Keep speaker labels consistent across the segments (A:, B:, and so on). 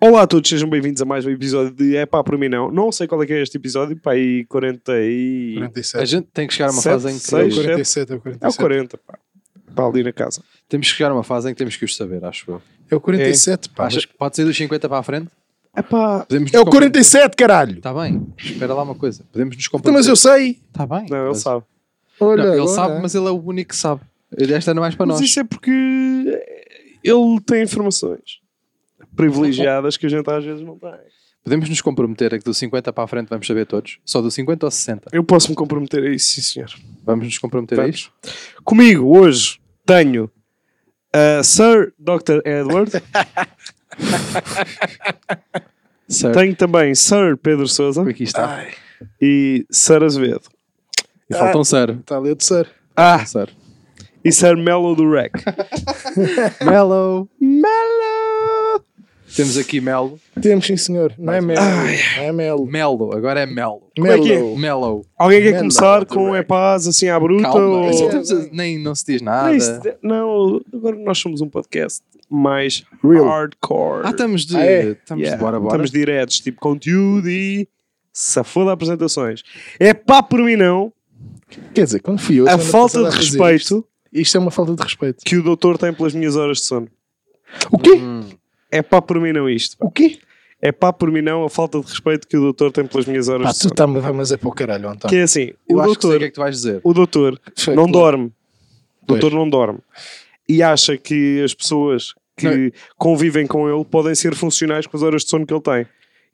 A: Olá a todos, sejam bem-vindos a mais um episódio de É Pá Por Mim Não. Não sei qual é que é este episódio, pá, aí 40 É e...
B: 47.
C: A gente tem que chegar a uma
A: Sete,
C: fase em que
A: seis.
B: É o 47, é o
A: É o
B: 47.
A: 40, pá. Pá, ali na casa.
C: temos que chegar a uma fase em que temos que os saber, acho eu.
B: É o 47, pá.
C: Achas que pode ser dos 50 para a frente?
A: É pá...
C: Podemos
B: É o 47, caralho!
C: Está bem, espera lá uma coisa. Podemos nos
B: Então,
C: comprometer.
B: mas eu sei!
C: Está bem.
A: Não, ele
C: Mas-
A: sabe.
B: Olha,
C: Não, ele
B: agora.
C: sabe, mas ele é o único que sabe. Esta não é mais para
A: Mas
C: nós.
A: isso é porque ele tem informações privilegiadas que a gente às vezes não tem.
C: Podemos nos comprometer a que do 50 para a frente vamos saber todos? Só do 50 ou 60?
A: Eu posso me comprometer a isso, sim senhor.
C: Vamos nos comprometer
A: Vamos.
C: a isto?
A: Comigo hoje tenho uh, Sir Dr. Edward,
C: Certo.
A: tenho também Sir Pedro Sousa
C: Aqui está.
B: Ai,
A: e Sir Azevedo.
C: e
B: ah.
C: falta um zero.
B: está ali a terceiro.
A: Ah,
C: Zero.
A: e Sir Mellow do Rec.
C: Mellow.
A: Mellow!
C: Temos aqui Melo.
B: Temos, sim, senhor. Não é Melo. Não é Melo.
C: Melo, agora é Melo.
A: é que é?
B: Melo.
C: Mellow.
A: Alguém quer
B: Mellow
A: começar
B: do
A: com
B: Rec.
A: é paz assim à bruta?
C: Calma.
A: ou-
C: Isso
B: é
C: estamos a- nem não se diz
A: Não,
C: nada.
A: isso- não, agora nós somos um podcast mais
B: Real.
A: hardcore.
C: Ah, estamos de.
B: Ah, é?
C: Estamos
A: Yeah.
C: de bora, bora.
A: Estamos diretos, tipo conteúdo e safoda apresentações. É pá por mim não,
B: Quer dizer, quando fui eu.
A: a
B: semana
A: falta
B: passada
A: de
B: a fazer Isto,
A: respeito
B: Isto é uma falta de respeito.
A: que o doutor tem pelas minhas horas de sono.
B: O quê?
C: Hum.
A: É pá por mim não isto. pá.
B: O quê?
A: É pá por mim não a falta de respeito que o doutor tem pelas minhas horas
B: Pá,
A: de
B: tu
A: sono.
B: tá, mas é para o caralho, António. é
A: Que é assim,
C: Eu
A: o
C: acho que sei
A: doutor,
C: o que é que tu vais dizer.
A: o doutor
B: Foi,
A: não
B: claro.
A: dorme. O
B: Pois.
A: doutor não dorme. E acha que as pessoas que
C: Não.
A: convivem com ele podem ser funcionais com as horas de sono que ele tem.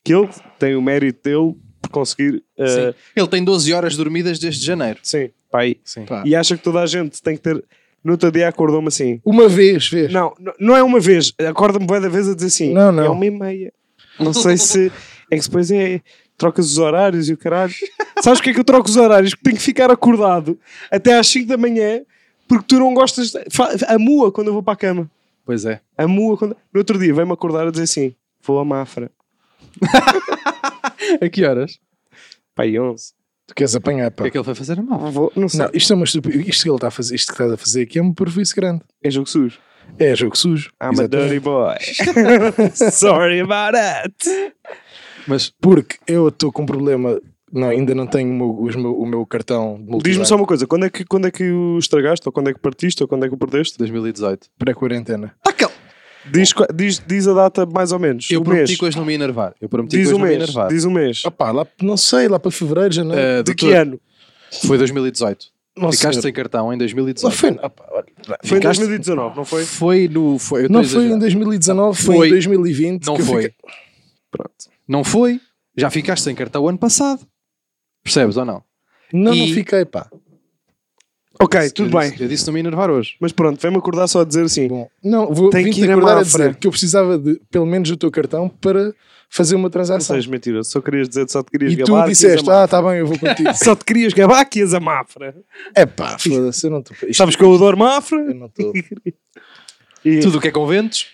A: Que ele tem o mérito dele por conseguir. ah,
C: Sim. Ele tem 12 horas dormidas desde janeiro.
A: sim, pá aí.
C: Sim.
B: Pá.
A: e acha que toda a gente tem que ter. No outro dia acordou-me assim.
B: Uma vez, vês?
A: Não, n- não é uma vez. Acorda-me bué da vez a dizer assim.
B: Não, não.
A: É uma e meia. Não sei se. É que depois é. Trocas os horários e o caralho. Sabes porque é que eu troco os horários? Porque tenho que ficar acordado até às 5 da manhã porque tu não gostas. de- fa- A mua quando eu vou para a cama.
C: Pois é.
A: A mua quando. No outro dia vem-me acordar a dizer assim. Vou à Mafra.
C: A que horas?
A: Pai 11.
B: Tu queres apanhar,
C: O
B: pá.
C: que é que ele foi fazer a mal?
A: Vou, não sei.
B: Não, isto é uma estupidez. Isto que ele está a fazer, isto que estás a fazer aqui é um prejuízo grande.
A: É jogo sujo.
B: É jogo sujo.
A: I'm a
B: Exatamente.
A: dirty boy. Sorry about it.
C: Mas
B: Porque eu estou com um problema. Não, ainda não tenho o meu, os meu- o meu cartão de multibanco
A: Diz-me só uma coisa, quando é, que, quando é que o estragaste, ou quando é que partiste, ou quando é que o perdeste?
C: 2018.
B: para a quarentena.
A: Diz, qua- diz, diz a data mais ou menos.
C: Eu
A: o
C: prometi
A: mês.
C: que hoje não me ia enervar. Eu prometi
A: Diz
C: que
A: o
C: hoje não me ia
A: mês.
C: enervar.
A: Diz o mês.
B: Opá, Ah lá, não sei, lá para fevereiro, já não.
C: Ah,
A: De
C: doutor,
A: que ano?
C: Foi 2018.
B: não sei.
C: Ficaste sem cartão em
B: Não
C: 2018.
B: foi, ah opá, olha, lá,
A: Foi em
B: ficaste-
A: 2019, não foi?
C: Foi no. Foi, eu tô
B: não
C: a
B: foi em
C: exagerar.
B: 2019, foi,
C: Foi.
B: em 2020.
C: Não
B: que eu
C: foi.
B: fiquei-
A: Pronto.
C: Não foi. Já ficaste sem cartão o ano passado. Percebes ou não?
B: Não, não
C: E-
B: fiquei, pá.
A: Ok,
C: Eu
A: tudo
C: disse-
A: bem.
C: Eu disse não me ia enervar hoje.
A: Mas pronto, vem-me acordar só a dizer assim.
B: Bom, não, vou
A: Tem que
B: vim-te
A: ir a
B: acordar a
A: Mafra.
B: dizer que eu precisava de pelo menos o teu cartão para fazer uma
A: Não
B: transação.
A: sejas mentira, só querias dizer, só te querias
B: E tu
A: gabar. que ias
B: disseste,
A: a
B: ah, tá bem, eu vou contigo.
A: Mafra. Só te querias gabar que ias a Mafra.
B: é pá, foda-se, eu não estou. isto-
A: Sabes que eu adoro Mafra?
B: Eu não estou.
A: E
C: Tudo o que é conventos.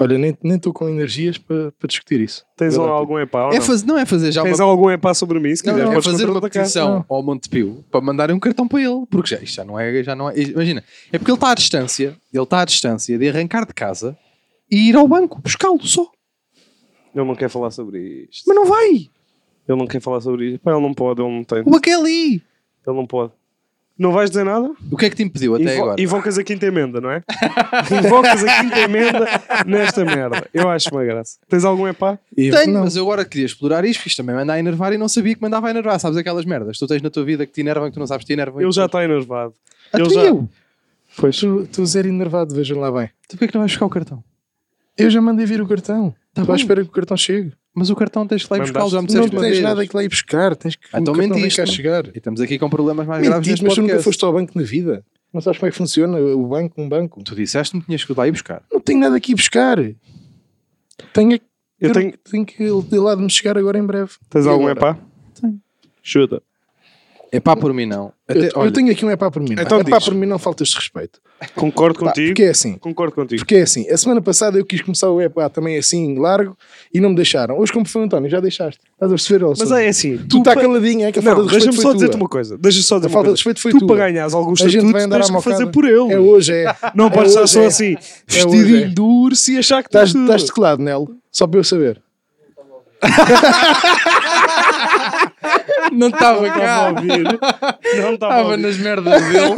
B: Olha, nem nem estou com energias para para discutir isso.
A: tens
B: Verdade.
A: algum epá ou
C: É
A: não?
C: faz- Não é fazer já uma
A: Tens algum epá sobre mim, se
C: Não,
A: quiser.
C: não, é
A: podes
C: fazer uma
A: contra-atacar.
C: petição
B: Não.
C: ao Montepio para mandarem um cartão para ele, porque já, isto já não é, já não é. Imagina, é porque ele está à distância, ele está à distância de arrancar de casa e ir ao banco buscá-lo só.
A: Ele não quer falar sobre isto.
C: Mas não vai!
A: Ele não quer falar sobre isto. Pá, ele não pode, ele não tem.
C: O que é ali?
A: Ele não pode. Não vais dizer nada?
C: O que é que te impediu até
A: Invo-
C: agora?
A: Invocas a quinta emenda, não é? invocas a quinta emenda nesta merda. Eu acho uma graça. Tens algum epá?
B: E-
C: Tenho,
B: não.
C: mas eu agora queria explorar isto, porque isto também me anda a enervar e não sabia que me andava a enervar. Sabes aquelas merdas? Tu tens na tua vida que te enervam e que tu não sabes que te enervam. e
A: Ele
C: que-
A: já está enervado.
C: Até
A: ele já-
C: eu!
A: Pois.
B: Tu, tu zero enervado, vejam lá bem.
C: Tu porquê é que não vais buscar o cartão?
B: Eu já mandei vir o cartão.
C: Tá
B: Estou à
C: bem.
B: espera que o cartão chegue.
C: Mas o cartão tens que lá ir
A: Mandaste-
C: buscá-lo, já me
B: não
C: disseste uma
B: tens
C: vez.
B: nada que lá ir buscar. Tens que
C: Ah, então
B: o cartão vem
C: mentiste,
B: cá
C: não?
B: chegar.
C: E estamos aqui com problemas mais graves
B: Mentiste,
C: neste
B: mas tu nunca
C: podcast.
B: foste ao banco na vida. Não sabes como é que funciona o banco, um banco.
C: Tu disseste-me que tinhas que ir lá ir buscar.
B: Não tenho nada aqui a buscar. Tenho, que-
A: Eu tenho...
B: tenho que ele de lá de me chegar agora em breve.
A: Tens
B: E
A: algum
B: agora?
A: epá?
C: Tenho.
A: Chuta.
C: É pá por mim não.
B: Eu,
C: Até-
B: eu
C: olha,
B: tenho aqui um epá por mim.
A: Então
B: epá
A: diz.
B: por mim não faltas de respeito.
A: Concordo
B: Pá,
A: contigo.
B: porque é assim.
A: Concordo contigo.
B: Porque é assim. A semana passada eu quis começar o EPA também assim, largo, e não me deixaram. Hoje, como foi o António, já deixaste. Estás a perceber,
A: Mas
B: Olson?
A: é assim.
B: Tu está
A: pa-
B: caladinho, é que a falta
A: Não,
B: de respeito
A: deixa-me
B: foi
A: só
B: tua.
A: dizer-te uma coisa. Deixa-me só dizer
B: A
A: uma
B: falta de
A: coisa.
B: respeito foi
A: Tu,
B: tua.
A: para ganhares algum
B: A gente
A: estatuto,
B: vai andar
A: tens
B: à
A: que fazer
B: mocada.
A: por ele.
B: É hoje, é.
A: Não podes
B: hoje,
A: estar só
B: é.
A: assim,
B: hoje,
A: vestidinho
B: é.
A: de urso e achar que
B: Estás,
A: estás tudo.
B: estás teclado, Nelo? Só para eu saber.
C: Não estava
B: Ah,
C: cá.
A: Não estava a
C: Estava
A: ouvir.
C: nas merdas dele.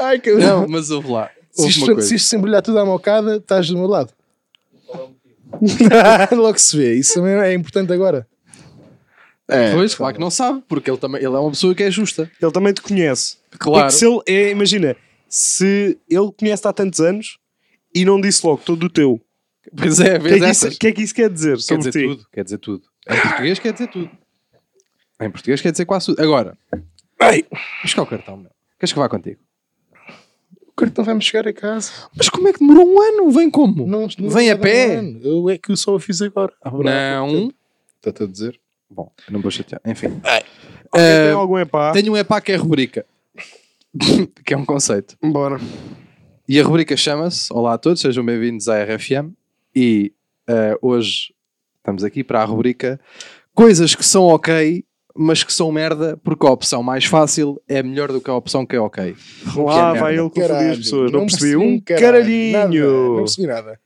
B: Ai, que...
C: Não, mas ouve lá.
B: se,
C: Houve
B: isto,
C: uma
B: se
C: coisa.
B: isto se embrulhar tudo à mocada, estás do meu lado. Logo se vê. Isso também é importante agora. É.
C: Pois, claro que não sabe, porque ele, também, ele é uma pessoa que é justa.
A: Ele também te conhece.
C: Claro.
A: Porque se ele, é, imagina, se ele conhece-te há tantos anos e não disse logo todo o teu,
C: Pois é,
A: o que, é
C: vês
A: que
C: essas.
A: isso- que é que isso quer dizer
C: Quer
A: sobre
C: dizer
A: ti?
C: tudo. Quer dizer tudo. Em português quer dizer tudo. Em português quer dizer quase tudo. Agora,
B: Ai,
C: mas cá o cartão, meu. Queres que vá contigo?
B: o cartão vai-me chegar a casa.
C: Mas como é que demorou um ano? Vem como?
B: Não, não
C: Vem a
B: sei,
C: pé?
B: mano. Eu é que eu só o fiz agora. Ah, bravo.
C: Não.
B: Está-te a dizer?
C: Bom, não vou chatear. Enfim.
A: Alguém
C: Ah,
A: tem algum epá?
C: tenho um epá que é rubrica. que é um conceito.
A: Bora.
C: E a rubrica chama-se Olá a todos, sejam bem-vindos à RFM. E ah, hoje estamos aqui para a rubrica Coisas que são ok, mas que são merda, porque a opção mais fácil é melhor do que a opção que é ok.
A: Lá
C: Que
A: vai
C: é merda.
A: ele confundir as
B: Caralho,
A: pessoas. Não, percebi um
B: caralho, nada. Não
A: caralhinho.
B: percebi nada.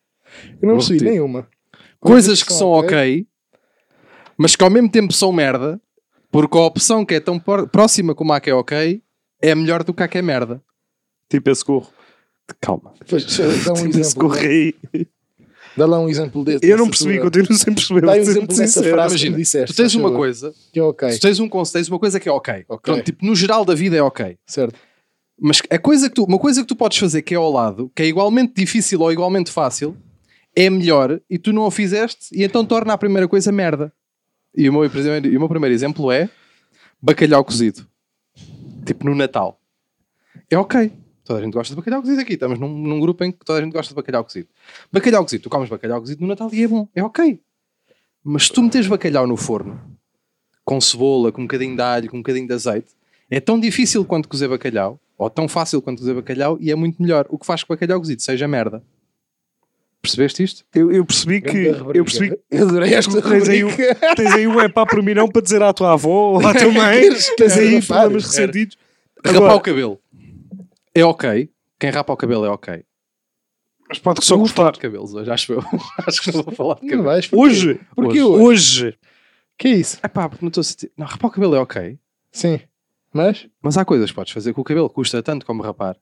B: Eu não
C: Vou
B: percebi
C: repetir.
B: nenhuma.
C: Coisas que são ok, mas que ao mesmo tempo são merda, porque a opção que é tão por- próxima como a que é ok é melhor do que a que é merda.
A: Tipo esse corro.
C: Calma.
B: Pois, dá, um
A: Tipo esse
B: exemplo,
A: corro aí.
B: dá lá um exemplo desse.
A: Eu não
B: dessa
A: percebi,
B: tua-
A: continuo sem perceber.
B: Dá
A: vou
B: um
A: ser
B: exemplo
A: muito
B: dessa
A: sincero.
B: frase que
C: Imagina,
B: tu disseste.
C: Tu tens
B: por
C: uma
B: favor.
C: coisa,
B: Que é ok.
C: tu tens um conceito, tens uma coisa que é ok.
B: Ok.
C: Pronto, tipo, no geral da vida é ok.
B: Certo.
C: Mas a coisa que tu, uma coisa que tu podes fazer que é ao lado, que é igualmente difícil ou igualmente fácil, é melhor e tu não o fizeste e então torna a primeira coisa merda. E o meu, primeiro- e o meu primeiro exemplo é bacalhau cozido. Tipo no Natal. É ok. Toda a gente gosta de bacalhau cozido aqui. Estamos num, num grupo em que toda a gente gosta de bacalhau cozido. Bacalhau cozido. Tu comes bacalhau cozido no Natal e é bom. É ok. Mas se tu metes bacalhau no forno, com cebola, com um bocadinho de alho, com um bocadinho de azeite, é tão difícil quanto cozer bacalhau, ou tão fácil quanto cozer bacalhau, e é muito melhor. O que faz que o bacalhau cozido seja merda. Percebeste isto?
A: Eu, eu percebi que.
B: Grande rubrica.
A: Eu percebi que
B: Eu adorei esta
A: tens aí, um,
B: rubrica.
A: tens aí um epá por mim, não para dizer à tua avó ou à tua mãe. tens
B: Era
A: aí
B: um faro.
A: problemas ressentidos.
C: Rapar
A: Agora-
C: o cabelo. É ok. Quem rapa o cabelo é ok.
A: Mas pode só cortar.
C: De cabelos hoje, acho eu. acho que não vou falar de
B: Não
C: cabelo.
B: vais. porquê?
A: Hoje.
B: Porquê hoje?
A: Hoje.
B: Que é isso?
C: É pá, porque não estou a sentir. Não, rapar o cabelo é ok.
B: Sim. Mas?
C: Mas há coisas que podes fazer com o cabelo, que custa tanto como rapar.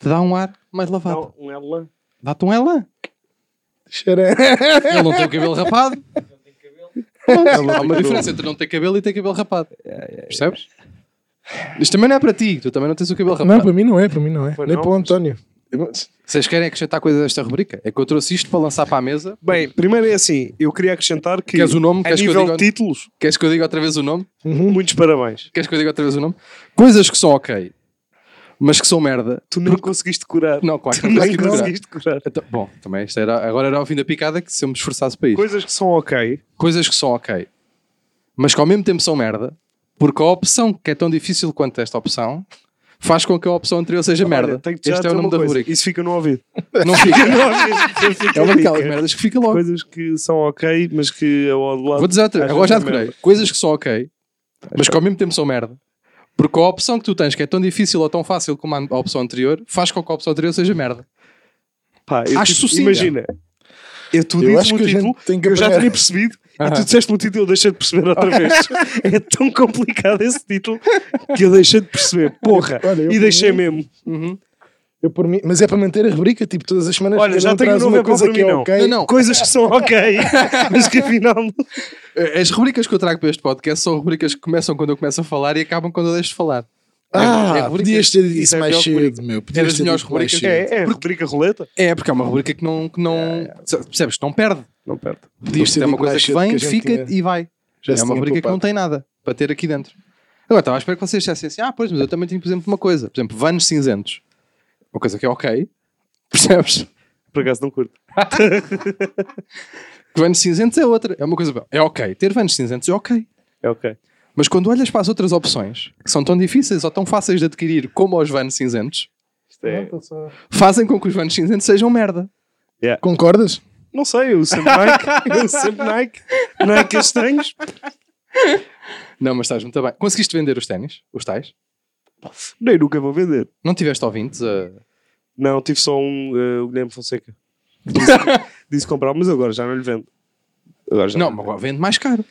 C: Te dá um ar mais lavado.
A: Um ela.
C: Dá-te um ela.
B: Cheira.
C: Ele não tem o cabelo rapado. Há uma diferença entre não ter cabelo e ter cabelo rapado.
B: É,
C: Percebes? Isto também não é para ti, tu também não tens o cabelo rapado.
B: Não, para mim não é. Para mim não é.
A: Pois
B: Nem
A: não,
B: para o
A: mas-
B: António.
C: Vocês querem acrescentar coisas a esta rubrica? É que eu trouxe isto para lançar para a mesa.
A: Bem, primeiro é assim, eu queria acrescentar que
C: Queres o nome?
A: a
C: Queres que, eu
A: nível
C: diga...
A: de títulos,
C: Queres que eu diga outra vez o nome?
B: Uhum.
A: muitos parabéns.
C: Queres que eu diga outra vez o nome? Coisas que são ok, mas que são merda.
A: Tu não conseguiste curar.
C: Não, claro que
A: tu
C: não
A: não
C: consegui curar.
A: conseguiste curar.
C: Então, Bom, também isto era, agora era ao fim da picada que se eu me esforçasse para isto.
A: Coisas que são ok.
C: Coisas que são ok, mas que ao mesmo tempo são merda, porque a opção que é tão difícil quanto esta opção faz com que a opção anterior seja merda.
A: Olha, tenho que já
C: Este é
A: dizer
C: o nome
A: uma
C: da
A: coisa.
C: rubrica.
A: Isso fica no ouvido.
C: Não fica.
A: No ouvido, fica
C: É uma
A: dica.
C: daquelas merdas que fica logo.
A: Coisas que são ok, mas que ao lado...
C: Vou dizer outra,
A: Às vezes
C: agora já
A: é
C: decorei.
A: merda.
C: Coisas que são ok, mas que ao mesmo tempo são merda. Porque a opção que tu tens, que é tão difícil ou tão fácil como a a opção anterior, faz com que a opção anterior seja merda.
A: Pá, eu,
C: Acho
A: tipo,
C: sucinto.
A: Imagina, eu tu
B: Eu
A: disse um
B: acho que a gente
A: título
B: tem que
A: que eu já
B: apanhar.
A: tinha percebido e
C: Aham.
A: tu disseste um título e eu deixei de perceber outra vez. é tão complicado esse título que eu deixei de perceber. Porra!
B: Olha, eu
A: e
B: por
A: deixei
B: mim-
A: mesmo.
B: Eu por mim, mas é para manter a rubrica, tipo, todas as semanas.
A: Olha,
B: cada
A: já
B: um
A: tenho
B: traz
A: um
B: uma
A: nome
B: coisa
A: para
B: que
A: mim,
B: é
A: não.
B: ok.
C: Não, não.
A: Coisas que são ok, mas que afinal... não.
C: As rubricas que eu trago para este podcast são rubricas que começam quando eu começo a falar e acabam quando eu deixo de falar.
B: Ah,
C: É rubrica.
B: podias ter dito
C: Isso
B: isso
C: é
B: mais
C: pior
B: cedo, meu.
C: É
B: Podias
C: das
B: ter
C: melhores
B: dito mais
C: rubricas.
B: cedo.
A: É, é, rubrica roleta.
C: É, porque é uma rubrica que não. Que não
A: É.
C: percebes? Não perde.
A: Não perto.
C: Diz-te é
B: ter dito
C: uma coisa
B: mais
C: que
B: cedo que
C: vem,
B: a gente
C: fica
B: tinha-
C: e vai.
B: Já
C: é
B: se tinha
C: uma rubrica que
B: poupado.
C: não tem nada para ter aqui dentro. Agora estava à espera que vocês dissessem assim: ah, pois, mas eu também tenho, por exemplo, uma coisa. Por exemplo, vanos cinzentos. Uma coisa que é ok. Percebes?
A: Por acaso não curto.
C: Que vanos cinzentos é outra. É uma coisa. É ok. Ter vanos cinzentos é ok.
A: É ok.
C: Mas quando olhas para as outras opções, que são tão difíceis ou tão fáceis de adquirir como os vanos cinzentos,
A: Isto é-
B: Não, tá só-
C: fazem com que os vanos cinzentos sejam merda.
B: Concordas?
A: Não sei, eu sempre Nike. Eu sempre Nike. Nike estranhos.
C: Não, mas estás muito bem. Conseguiste vender os ténis? Os tais?
A: Nem nunca vou vender.
C: Não tiveste ouvintes? a-
A: Não, tive só um eh, o Guilherme Fonseca. Disse, disse comprar, mas agora já não lhe vendo. Agora já
C: Não, mas vende mais caro.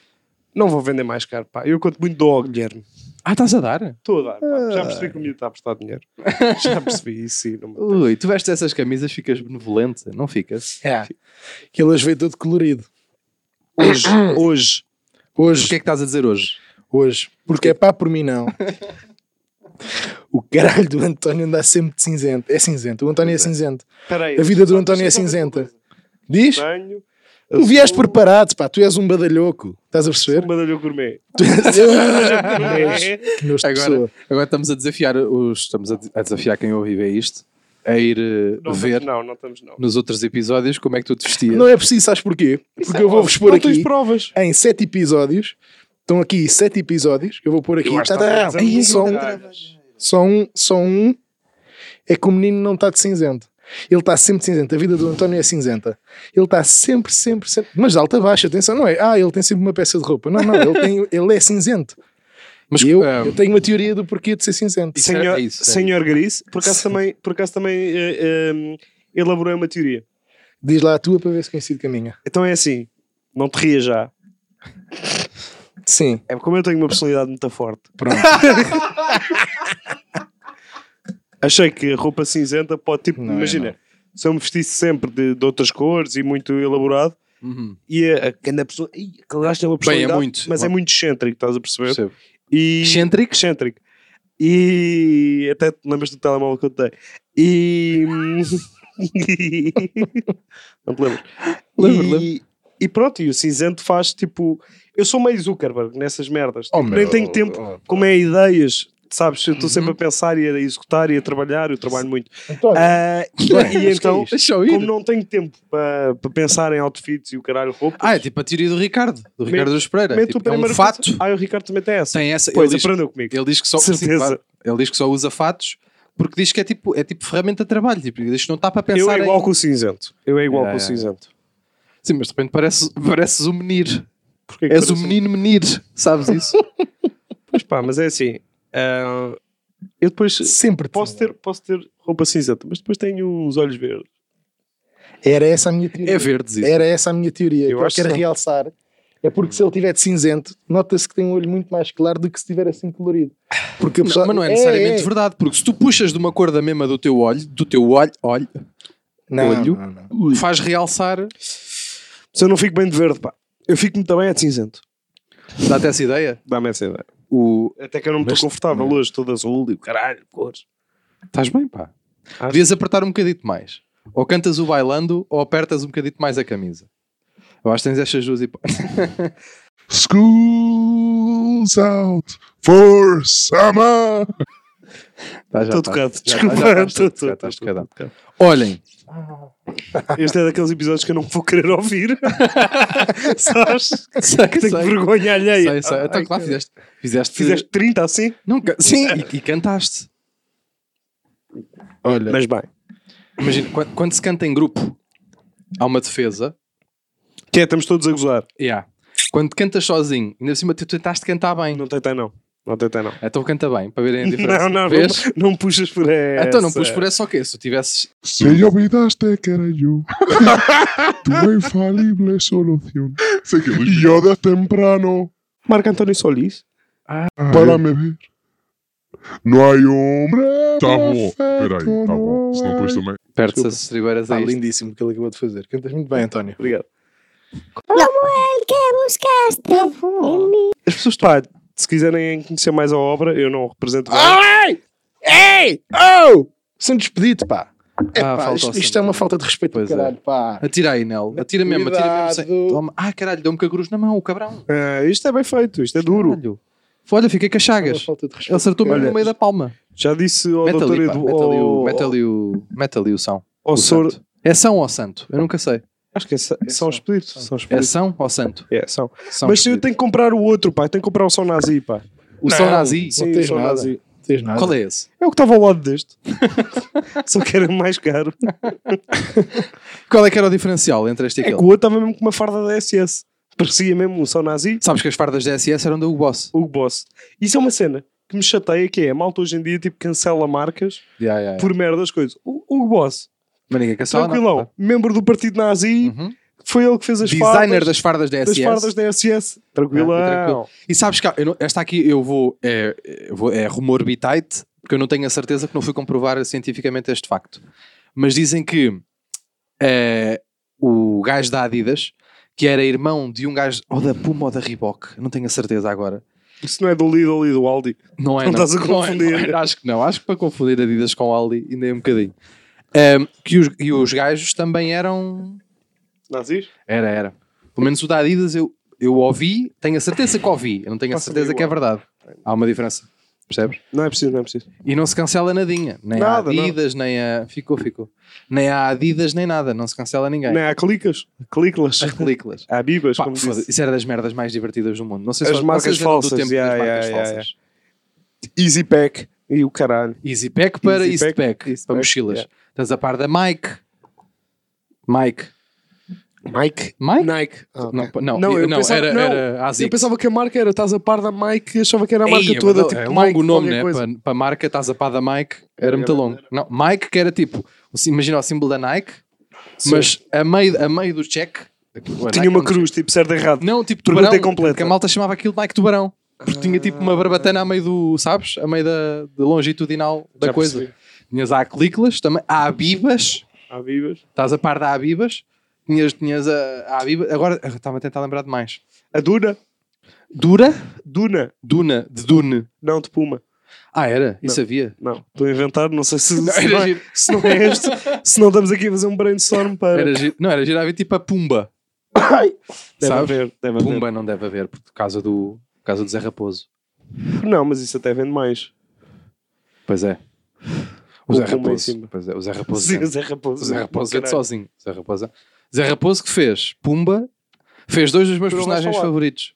A: Não vou vender mais caro, pá. Eu conto muito dou ao Guilherme. Ah.
C: Ah, estás a dar?
A: Estou a dar, pá. Já percebi que o miúdo está a prestar dinheiro. Já percebi isso, sim. Não me...
C: Ui, tu vestes essas camisas, ficas benevolente, não ficas?
B: É. Que ele as vê todo colorido.
A: Hoje, hoje.
C: O que
B: Hoje,
C: é que estás a dizer hoje?
B: hoje. Porque é pá por mim não. O caralho do António anda sempre de cinzento. É cinzento. O António é cinzento.
A: Espera aí.
B: A vida do António é cinzenta. Diz?
A: Tenho.
B: Tu vieste preparado, pá. Tu és um badalhoco. Estás a perceber?
A: Badalho gourmet.
B: Tu és... Que nojo de pessoa.
C: Agora, agora estamos a desafiar os. Estamos a, a desafiar quem ouve e vê isto a ir eh,
A: Não
C: ver
A: estamos, não, não estamos, não.
C: nos outros episódios como é que tu te vestias.
B: Não é preciso, sabes porquê? Porque eu vou-vos pôr
A: não
B: aqui
A: tens provas.
B: em sete episódios. Estão aqui sete episódios. Eu vou pôr aqui.
A: Eu acho que
B: Tá, tá,
A: estás a
B: tá.
A: dizer
B: Só um-
A: mentiras.
B: Só um, só um é que o menino não está de cinzento. Ele está sempre cinzento. A vida do António é cinzenta. Ele está sempre, sempre, sempre. Mas de alta baixa, atenção, não é? Ah, ele tem sempre uma peça de roupa. Não, não, ele, tem- ele é cinzento.
C: Mas
B: E eu,
C: ah,
B: eu tenho uma teoria do porquê de ser cinzento.
C: Isso é-
A: Senhor,
C: é isso, é
A: senhor Gris, por acaso também, por acaso também eh, eh, elaborei uma teoria.
B: Diz lá a tua para ver se coincide com a minha.
A: Então é assim, não te rias já.
B: Sim.
A: É como eu tenho uma personalidade muito forte.
B: Pronto.
A: Achei que a roupa cinzenta pode, tipo,
B: Não é,
A: imagina, se eu me vestisse sempre de, de outras cores e muito elaborado,
C: uhum,
A: e a, a, cada pessoa, "Ih, aquele gajo tem uma
C: Bem, é
A: personalidade,
C: muito.
A: mas é muito excêntrico, estás a perceber?
C: percebo.
A: E,
C: Excêntrico?
A: excêntrico. E até te lembras do telemóvel que eu te dei. E. hum, não te lembras?
C: Lembro,
A: e...
C: lembro.
A: E pronto, e o cinzento faz tipo. Eu sou meio Zuckerberg nessas merdas.
B: Oh,
A: Tipo,
B: meu,
A: nem tenho tempo,
B: oh,
A: como é ideias, sabes? Eu estou
C: Uhum.
A: sempre a pensar e a executar e a trabalhar, eu trabalho muito.
B: António,
A: Ah,
B: Bem,
A: e então,
C: é Deixa eu
A: como
C: ir.
A: não tenho tempo para para pensar em outfits e o caralho roupa,
C: Ah, é tipo a teoria do Ricardo, do Ricardo dos Pereira.
A: meto
C: Tipo,
A: o
C: é um
A: primeiro
C: fato.
A: Ah, o Ricardo também tem essa.
C: Tem essa.
A: pois,
C: ele, diz,
A: aprendeu comigo.
C: ele diz que só
A: Certeza.
C: sim, claro. ele diz que só usa fatos porque diz que é tipo, é tipo ferramenta de trabalho. Tipo, diz que não está para
A: Eu
C: pensar
A: é igual
C: em.
A: com o cinzento. Eu é igual
C: Yeah,
A: com o
C: yeah.
A: cinzento.
C: Sim, mas de repente pareces, pareces um menir.
A: Porquê que
C: És um
A: parece-
C: menino menir, sabes isso?
A: é assim. Pois pá, mas é assim. ah, eu depois
B: sempre
A: posso
B: cinzento.
A: ter, posso ter roupa cinzenta, mas depois tenho uns olhos verdes.
B: Era essa a minha teoria.
C: é verdes isso.
B: Era essa a minha teoria.
A: Eu
B: que eu
A: acho que
B: quero
A: sim.
B: realçar. É porque se ele tiver de cinzento, nota-se que tem um olho muito mais claro do que se tiver assim colorido. Porque a pessoa-
C: Mas não é necessariamente
B: é.
C: verdade, porque se tu puxas de uma cor da mesma do teu olho, do teu olho, olho
B: Não,
C: olho.
B: não, não.
C: faz realçar,
A: Se eu não fico bem de verde, pá. Eu fico muito bem é de cinzento.
C: dá-te essa ideia?
A: Dá-me essa ideia.
C: O...
A: Até que eu não me estou confortável hoje, todo azul e o caralho, cores.
C: Estás bem, pá. Devias apertar um bocadito mais. Ou cantas o bailando, ou apertas um bocadito mais a camisa. Eu acho que tens estas duas hipóteses.
D: Schools out for summer.
C: Tá, já
A: Estou
C: tá.
A: tocado.
C: Já- tá, já
A: Desculpa, estou-
C: estás tocado,
A: estou-
C: estás
A: estou-
C: tocado.
A: estou tocado.
C: Olhem, tá.
A: Este é daqueles episódios que eu não vou querer ouvir. Sabes?
C: sei,
A: Tenho vergonha alheia.
C: sei, sei. Então,
A: Ai,
C: claro, fizeste, fizeste,
A: Fizeste 30 assim?
C: Nunca, sim, e, e cantaste.
B: Olha,
A: Mas bem.
C: Imagina, quando, quando se canta em grupo, há uma defesa.
A: Que é, estamos todos a gozar.
C: Yeah. Quando cantas sozinho, ainda por cima tu tentaste cantar bem.
A: Não tentei não. Não tentei não.
C: Então canta bem, para verem a diferença.
A: Não, não, não,
C: Vês?
A: não puxas por essa.
C: Então não pus por essa ou quê? Se tu tivesses.
D: Si olvidaste que era yo, tu infalible solución. Y yo de temprano
A: Marco António Solís.
D: para medir. No hay hombre.
E: Tá bom, peraí,
D: perfecto,
E: tá bom.
D: no
E: Se não
D: hay
E: pôs também.
C: Perde-se as estribeiras
A: Tá
B: está
C: aí.
B: lindíssimo o que ele acabou de fazer. Cantas muito bem, António.
A: Obrigado.
F: buscaste em mim.
A: As pessoas, pá, se quiserem conhecer mais a obra, eu não represento.
C: Ah!
B: Ai! Ei! Oh! Sem despedido, pá. É,
C: Ah,
B: pá
C: faltou
B: isto,
C: o
B: isto
C: som.
B: é uma falta de respeito do
C: Pois é.
B: caralho, pá.
C: Atira aí, Nel. Atira mesmo, atira mesmo. Sem...
B: Cuidado.
C: Toma. Ah, caralho, deu-me com a cruz na mão, o cabrão.
A: Ah, isto é bem feito, isto é duro.
C: Caralho. Foi, Olha, fiquei com as
B: É uma
C: chagas.
B: falta de
C: Ele
B: respeito.
C: acertou-me
A: Olha,
C: no meio da palma.
A: Já disse ao
C: Mete
A: doutor
C: ali, pá.
A: Edu.
C: Mete ali o-
A: ao-
C: mete ali o. Mete ali o são.
A: ao
C: o
A: Sor-
C: santo. É são ou santo? Eu nunca sei.
A: Acho que é, Sa- São Expedito. São
C: É
A: Expedito.
C: São ou Santo?
A: É, são.
C: São
A: Mas eu
C: Expedito.
A: tenho que comprar o outro, pá. Tenho que comprar o São Nazi, pá.
C: O São Nazi?
A: Sim,
B: tens
A: o São
B: nada.
A: Nazi.
B: Não tens nada.
C: Qual é esse?
A: É o que estava ao lado deste. Só que era mais caro.
C: Qual é que era o diferencial entre este e
A: É que
C: aquele?
A: o outro estava mesmo com uma farda da SS. Parecia mesmo um São Nazi,
C: Sabes que as fardas da SS eram do Boss.
A: o Boss. Isso é uma cena que me chateia, que é a malta hoje em dia, tipo, cancela marcas
C: Yeah, yeah, yeah.
A: por merdas coisas. O, o Boss,
C: Mas ninguém caçava nada.
A: tranquilão, membro do Partido Nazi,
C: Uhum.
A: foi ele que fez as
C: Designer
A: fardas,
C: das fardas da
A: das
C: SS.
A: fardas da SS. Tranquilão.
C: Ah, tranquilo. E sabes que há- eu não- esta aqui eu vou é, eu vou- é rumor bitite, porque eu não tenho a certeza que não fui comprovar cientificamente este facto. Mas dizem que é, o gajo da Adidas, que era irmão de um gajo ou da Puma ou da Reebok, não tenho a certeza agora.
A: Isso não é do Lidl e do Aldi.
C: Não é,
A: Não estás a
C: Não é, não
A: confundir.
C: é. acho que não, acho que para confundir Adidas com Aldi ainda é um bocadinho. Ehm, que os, e os gajos também eram
A: Nazis?
C: era, era. Pelo menos o da Adidas eu, eu ouvi, tenho a certeza que ouvi, eu não tenho a
A: Posso
C: certeza
A: abrir
C: que é
A: o ar?
C: verdade. Há uma diferença, percebes?
A: Não é preciso, não é preciso.
C: E não se cancela nadinha, nem
A: Nada,
C: a Adidas, nem a. Ficou, ficou. Nem a Adidas, nem nada, não se cancela ninguém.
A: Não, é há clicas. Cliclas.
C: As películas.
A: Há bibas,
C: Pá,
A: como
C: foda-
A: disse.
C: isso era das merdas mais divertidas do mundo. Não sei se
A: As
C: vocês
A: marcas
C: eram do
A: falsas,
C: tempo das
A: yeah, yeah,
C: marcas
A: yeah,
C: falsas.
A: Easy Pack. E o caralho.
C: Easy Pack para
A: Easy Pack,
C: East Pack,
A: East
C: para
A: Pack,
C: mochilas.
A: yeah.
C: Estás a par da Mike. Mike.
A: Mike?
C: Mike?
A: Nike. Ah, ok.
C: Não, não,
A: Não, eu
C: não,
A: pensava-
C: era,
A: não,
C: era
A: Eu
C: Asics.
A: pensava que a marca era, estás a par da Mike, achava que era a marca
C: Ei,
A: toda,
C: mas
A: tipo
C: é um
A: Mike,
C: longo nome,
A: qualquer
C: né?
A: coisa.
C: Para, para a marca, estás a pá da Mike, era muito longo. Não, Mike que era tipo, o sim- imagina o símbolo da Nike, mas a meio, a meio do check...
A: Tinha uma
C: um
A: cruz, tipo, certo errado.
C: é Não, tipo
A: Pergunta
C: tubarão,
A: completa.
C: porque a malta chamava aquilo Nike tubarão. Porque tinha tipo uma barbatana a meio do, sabes? A meio da, da longitudinal da
A: Já
C: coisa.
A: percebi.
C: Tinhas a Aclículas também, a Abibas,
A: Há bibas.
C: estás a par da Abibas, tinhas, tinhas a, a Abibas, agora eu estava a tentar lembrar de mais.
A: A Duna?
C: Dura?
A: Duna.
C: Duna, de Dune.
A: Não, de Puma.
C: Ah, era? Isso havia?
A: Não, estou a inventar, não sei se,
C: Não,
A: se,
C: era
A: não,
C: giro.
A: se não é este. se não estamos aqui a fazer um brainstorm para...
C: Era giro- não, era girar ver tipo a Pumba.
A: deve
C: sabes?
A: haver, deve haver.
C: Pumba não deve haver, por causa do, por causa do Zé Raposo.
A: Não, mas isso até vende mais.
C: Pois é. O,
A: O
C: Zé
A: Pumba em
C: Raposo.
A: cima.
C: Pois é, o Zé Raposo.
A: Sim,
C: vende.
A: Zé Raposo.
C: o Zé Raposo é vende
A: Caralho.
C: sozinho. O Zé Raposo, é- Zé Raposo que fez Pumba, fez dois dos meus
A: Tu não vais
C: personagens
A: falar.
C: favoritos.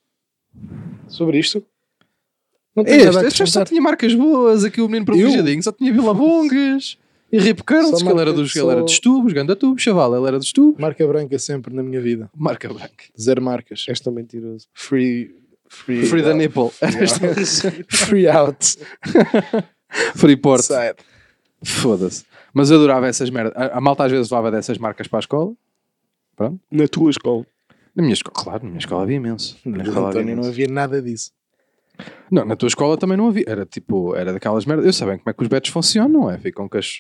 B: Sobre isto? Não tenho
C: Este,
B: nada a
C: este só
B: acrescentar.
C: tinha marcas boas, aqui o menino privilegiadinho, só tinha Vila Bongas e Rip Curls, que ele era
B: marca-
C: dos, ele era
B: só-
C: dos tubos, ganda tubo, chaval, ele era dos tubos.
B: Marca branca sempre na minha vida.
C: Marca branca.
B: Zero marcas.
A: És tão mentiroso.
B: Free. Free,
C: Free the nipple.
B: Free out.
C: Free port.
B: Side.
C: Foda-se. Mas eu adorava essas merdas. A, a malta às vezes levava dessas marcas para a escola.
A: Na tua escola.
C: Na minha escola, claro, na minha escola havia imenso. Na, minha escola havia
B: António, não
C: imenso.
B: havia nada disso.
C: Não, na tua escola também não havia. Era tipo, era daquelas merdas. Eu sei bem como é que os betos funcionam, não é? Ficam com as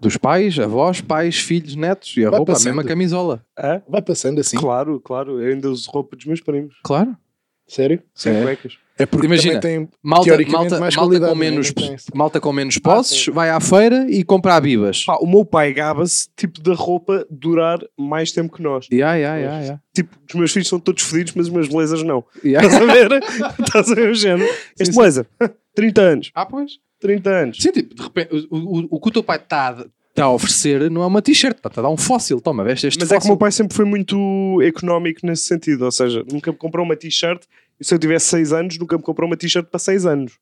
C: dos pais, avós, pais, filhos, netos e a
B: Vai
C: roupa, a
B: passando.
C: mesma camisola.
A: Hã?
B: Vai passando assim.
A: Claro, claro. Eu ainda uso roupa dos meus primos.
C: Claro.
B: Sério?
A: Sem
C: É.
A: cuecas.
B: É porque
C: Imagina, Tá,
B: também tem
C: Malta,
B: Teoricamente,
C: malta,
B: mais
C: malta,
B: qualidade,
C: com
B: não é?
C: menos,
B: Não tem isso. Ah,
C: malta com menos posses vai à feira e compra abibas.
A: Pá, o meu pai gaba-se, tipo, da roupa durar mais tempo que nós.
C: Yeah, yeah, yeah, yeah.
A: Tipo, os meus filhos são todos fodidos, mas os meus blazers não.
C: Yeah.
A: Estás a ver? Estás a ver o género? Este blazer, 30 anos.
C: ah, pois.
A: 30 anos.
C: Sim, tipo, de repente, o, o, o que o teu pai está a, tá a oferecer não é uma t-shirt, está a dar um fóssil. Toma, veste este
A: Mas é que o
C: fóssil.
A: meu pai sempre foi muito económico nesse sentido. Ou seja, nunca me comprou uma t-shirt. E se eu tivesse 6 anos, nunca me comprou uma t-shirt para 6 anos.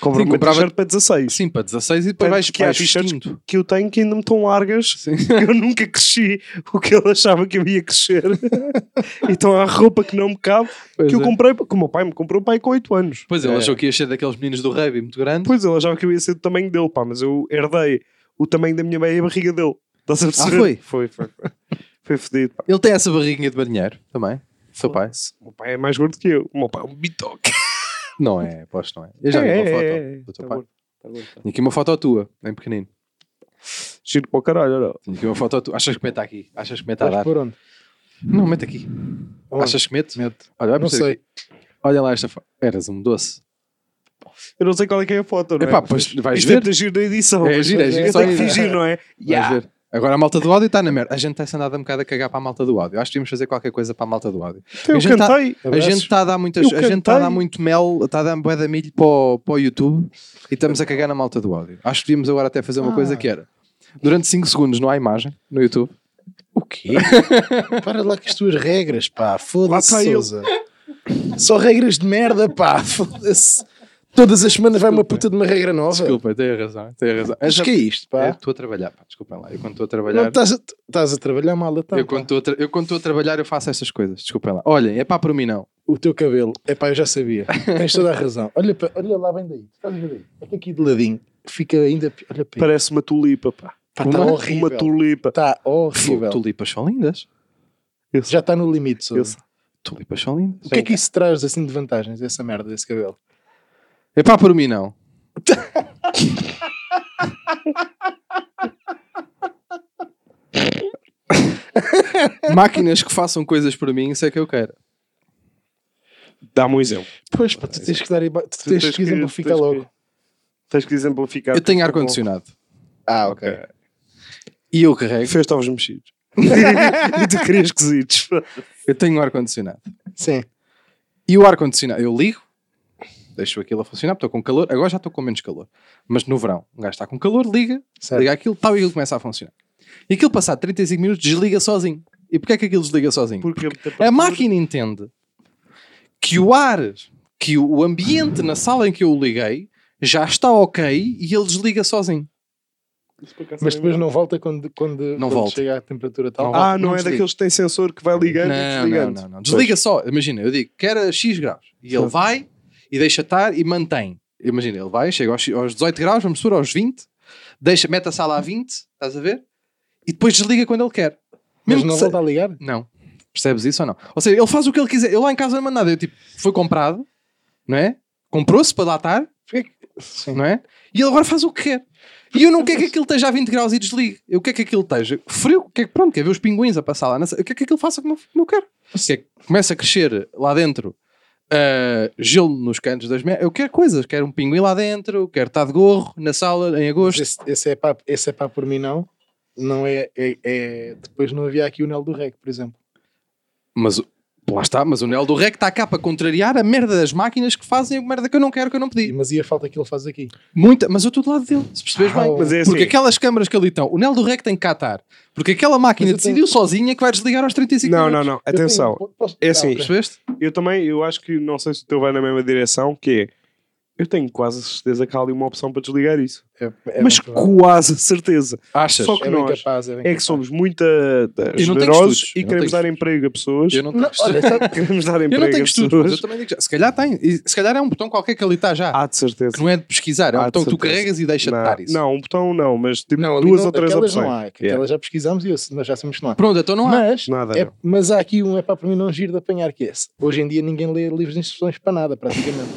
A: Comprou
C: Sim,
A: uma
C: comprava-
A: t-shirt para 16.
C: Sim, para 16 e depois
A: Tanto
C: vais,
A: que há
C: vais
A: t-shirts
C: vestindo.
A: Que eu tenho que ainda me estão largas.
C: Sim.
A: Eu nunca cresci o que ele achava que eu ia crescer. então há roupa que não me cabe.
C: Pois
A: que eu
C: é.
A: comprei, que o meu pai me comprou pai com 8 anos.
C: Pois ele
A: É.
C: achou que ia ser daqueles meninos do rugby muito grande.
A: Pois ele achava que eu ia ser do tamanho dele, pá, mas eu herdei o tamanho da minha meia e a barriga dele. Estás a perceber?
C: Ah, foi?
A: Foi, foi, foi. Foi fodido, pá.
C: Ele tem essa barriguinha de marinheiro também. Seu pai?
A: O meu pai é mais gordo que eu. O meu pai é um bitoque.
C: Não é, aposto, não é. Eu já vi
A: É,
C: uma foto
A: é, é, é.
C: do
A: Tá
C: teu pai.
A: gordo, tá gordo, tá.
C: Tinha aqui uma foto tua, em pequenino.
A: Giro para o caralho, olha.
C: Tinha aqui uma foto tua. Achas que meta aqui? Achas que meta a
B: Vais
C: dar?
B: por onde?
C: Não, mete aqui.
B: Aonde?
C: Achas que mete? Mete. Olha, vai
B: Não
C: aparecer
B: sei.
C: aqui. Olha lá esta foto. Eras um doce.
A: Eu não sei qual é que é a foto, não é?
C: Epá, pois vais
A: Isto é
C: ver.
A: muito giro da edição.
C: É giro, é giro,
A: Eu
C: só
A: tenho que
C: isso.
A: fingir, não é?
C: Vais ver. Agora a malta do áudio está na merda. A gente está-se andado um bocado a cagar para a malta do áudio. Eu acho que devíamos fazer qualquer coisa para a malta do áudio.
A: Então
C: A
A: eu
C: gente tá-
A: cantei.
C: A gente está a dar muitas,
A: Eu
C: a gente está a dar
A: cantei.
C: muito mel, está a dar bué de milho para o, para o YouTube e estamos a cagar na malta Ah. do áudio. Acho que devíamos agora até fazer uma coisa que era. Durante 5 segundos não há imagem no YouTube.
A: O
B: quê? Para lá com as tuas regras, pá. Foda-se,
C: tá
A: Lá está ele.
B: Sousa. Só regras de merda, pá. Foda-se. Todas as semanas vai uma puta de uma regra nova.
C: Desculpa, tem razão, tem razão.
B: Mas o que é isto, pá?
C: Eu estou a trabalhar, pá, desculpem lá. Eu quando estou a
B: Não
C: trabalhar.
B: estás a, estás a trabalhar mal, então.
C: Eu quando estou a tra- eu quando estou a trabalhar, eu faço estas coisas, desculpem lá. Olhem, é pá por mim não.
B: O teu cabelo. É pá, eu já sabia. Tens toda a razão. Olha, para- olha lá bem daí. Estás a ver daí? É que aqui de ladinho fica ainda. pi- Olha para
A: Parece uma tulipa, pá.
B: Pá,
A: uma,
B: tá horrível.
A: uma tulipa.
B: Está tá horrível.
C: Tu- Tulipas são lindas.
B: Já está no limite. Sousa.
A: Eu sei.
C: Tulipas são lindas.
B: O que é que isso traz assim de vantagens, essa merda desse cabelo?
C: É pá por mim não. Máquinas que façam coisas por mim, isso é que eu quero.
A: Dá-me um exemplo.
B: Pois, pá,
C: é.
B: tu tens que dar. iba- Tu tens que exemplificar
A: tens que-
B: logo.
A: Tens que exemplificar.
C: Eu tenho ar-condicionado.
B: Tá Ah, ok.
C: E eu carrego.
A: Fez ovos mexidos. e tu querias quesitos.
C: Eu tenho ar-condicionado.
B: Sim.
C: E o ar-condicionado, eu ligo, deixo aquilo a funcionar, porque estou com calor. Agora já estou com menos calor. Mas no verão, um gajo está com calor, liga,
B: Certo.
C: liga aquilo, tal, e aquilo começa a funcionar. E aquilo passado 35 minutos desliga sozinho. E porquê é que aquilo desliga sozinho?
A: Porque a
C: É A
A: temperatura-
C: máquina entende que o ar, que o ambiente na sala em que eu o liguei já está ok e ele desliga sozinho.
B: Mas depois não volta quando, quando, quando
C: volta.
B: chega à temperatura
C: Não
B: tal.
C: volta.
A: Ah, não, é
C: desliga.
A: daqueles que têm sensor que vai ligando e
C: Não, não,
A: desligando.
C: não, não. Desliga só. Imagina, eu digo, quero a X graus. E ele vai e deixa estar e mantém. Imagina, ele vai, chega aos, X- aos 18 graus, vamos supor, aos 20, deixa, mete a sala a 20, estás a ver? E depois desliga quando ele quer.
B: Mas
C: Mesmo
B: não
C: que se-
B: volta a ligar?
C: Não. Percebes isso ou não? Ou seja, ele faz o que ele quiser. Eu lá em casa não mando nada. Eu, tipo, foi comprado, não é? Comprou-se para lá estar,
B: Sim.
C: não é? E ele agora faz o que quer. E eu não quero que aquilo esteja a 20 graus e desligue. Eu quero que aquilo esteja frio. que é que- pronto, quer ver os pinguins a passar lá. na sa- Eu quero que aquilo faça como eu, como eu quero. Se é que começa a crescer lá dentro ah, gelo nos cantos das... Me... Eu quero coisas. Quero um pinguim lá dentro. Quero estar de gorro na sala em
B: Mas
C: agosto.
B: Esse, esse é pá, esse é pá por mim, não. Não é, é, é- Depois não havia aqui o Nel do Rec, por exemplo.
C: Mas o- lá está, mas o Nel do Rec está cá para contrariar a merda das máquinas que fazem a merda que eu não quero, que eu não pedi.
B: Mas e a falta que ele faz aqui?
C: Muita, mas eu estou do lado dele, se percebes
B: Ah,
C: bem.
A: Mas é assim.
C: Porque aquelas câmaras que ali estão, o Nel do Rec tem que catar. Porque aquela
B: Mas
C: máquina
B: eu
C: decidiu sozinha que vai desligar aos 35
A: Não, não,
C: minutos.
A: não.
B: Eu tenho- um
A: Atenção.
B: posso-
A: É assim.
B: ok.
C: Percebeste?
A: Eu também, eu acho que não sei se o teu vai na mesma direção, que é. Eu tenho quase a certeza que há ali uma opção para desligar isso.
B: É- é
A: Mas
B: bem provável.
A: quase a certeza.
C: Achas?
A: Só que
B: é bem
A: nós
B: capaz, é bem
A: É que
B: capaz.
A: somos muito uh,
C: tenho
A: generosos
C: estudos. Eu
A: e
C: não
A: queremos
C: tenho
A: dar emprego a pessoas.
C: Eu não tenho
B: Não,
C: estudos.
B: olha, sabe-
A: Queremos dar
C: Eu
A: emprego
C: não tenho
A: a
C: estudos, mas
A: pessoas.
C: eu também digo já. Se calhar tem. E Se calhar é um botão qualquer que ali está já.
A: Há de certeza.
C: Que não é de pesquisar, é um
A: Ah, de
C: botão que tu
A: certeza.
C: carregas e deixa de
A: não,
C: estar isso.
A: não, um botão não, mas tipo
B: não, ali
A: duas
B: não,
A: ou três
B: aquelas
A: opções.
B: não há. Aquelas
A: Yeah.
B: já pesquisámos e esse- nós já sabemos que não há.
C: Pronto, então não há.
B: Mas,
A: Nada,
B: é-
A: não.
B: mas há aqui um é para mim não giro de apanhar que é esse. Hoje em dia ninguém lê livros de instruções para nada, praticamente.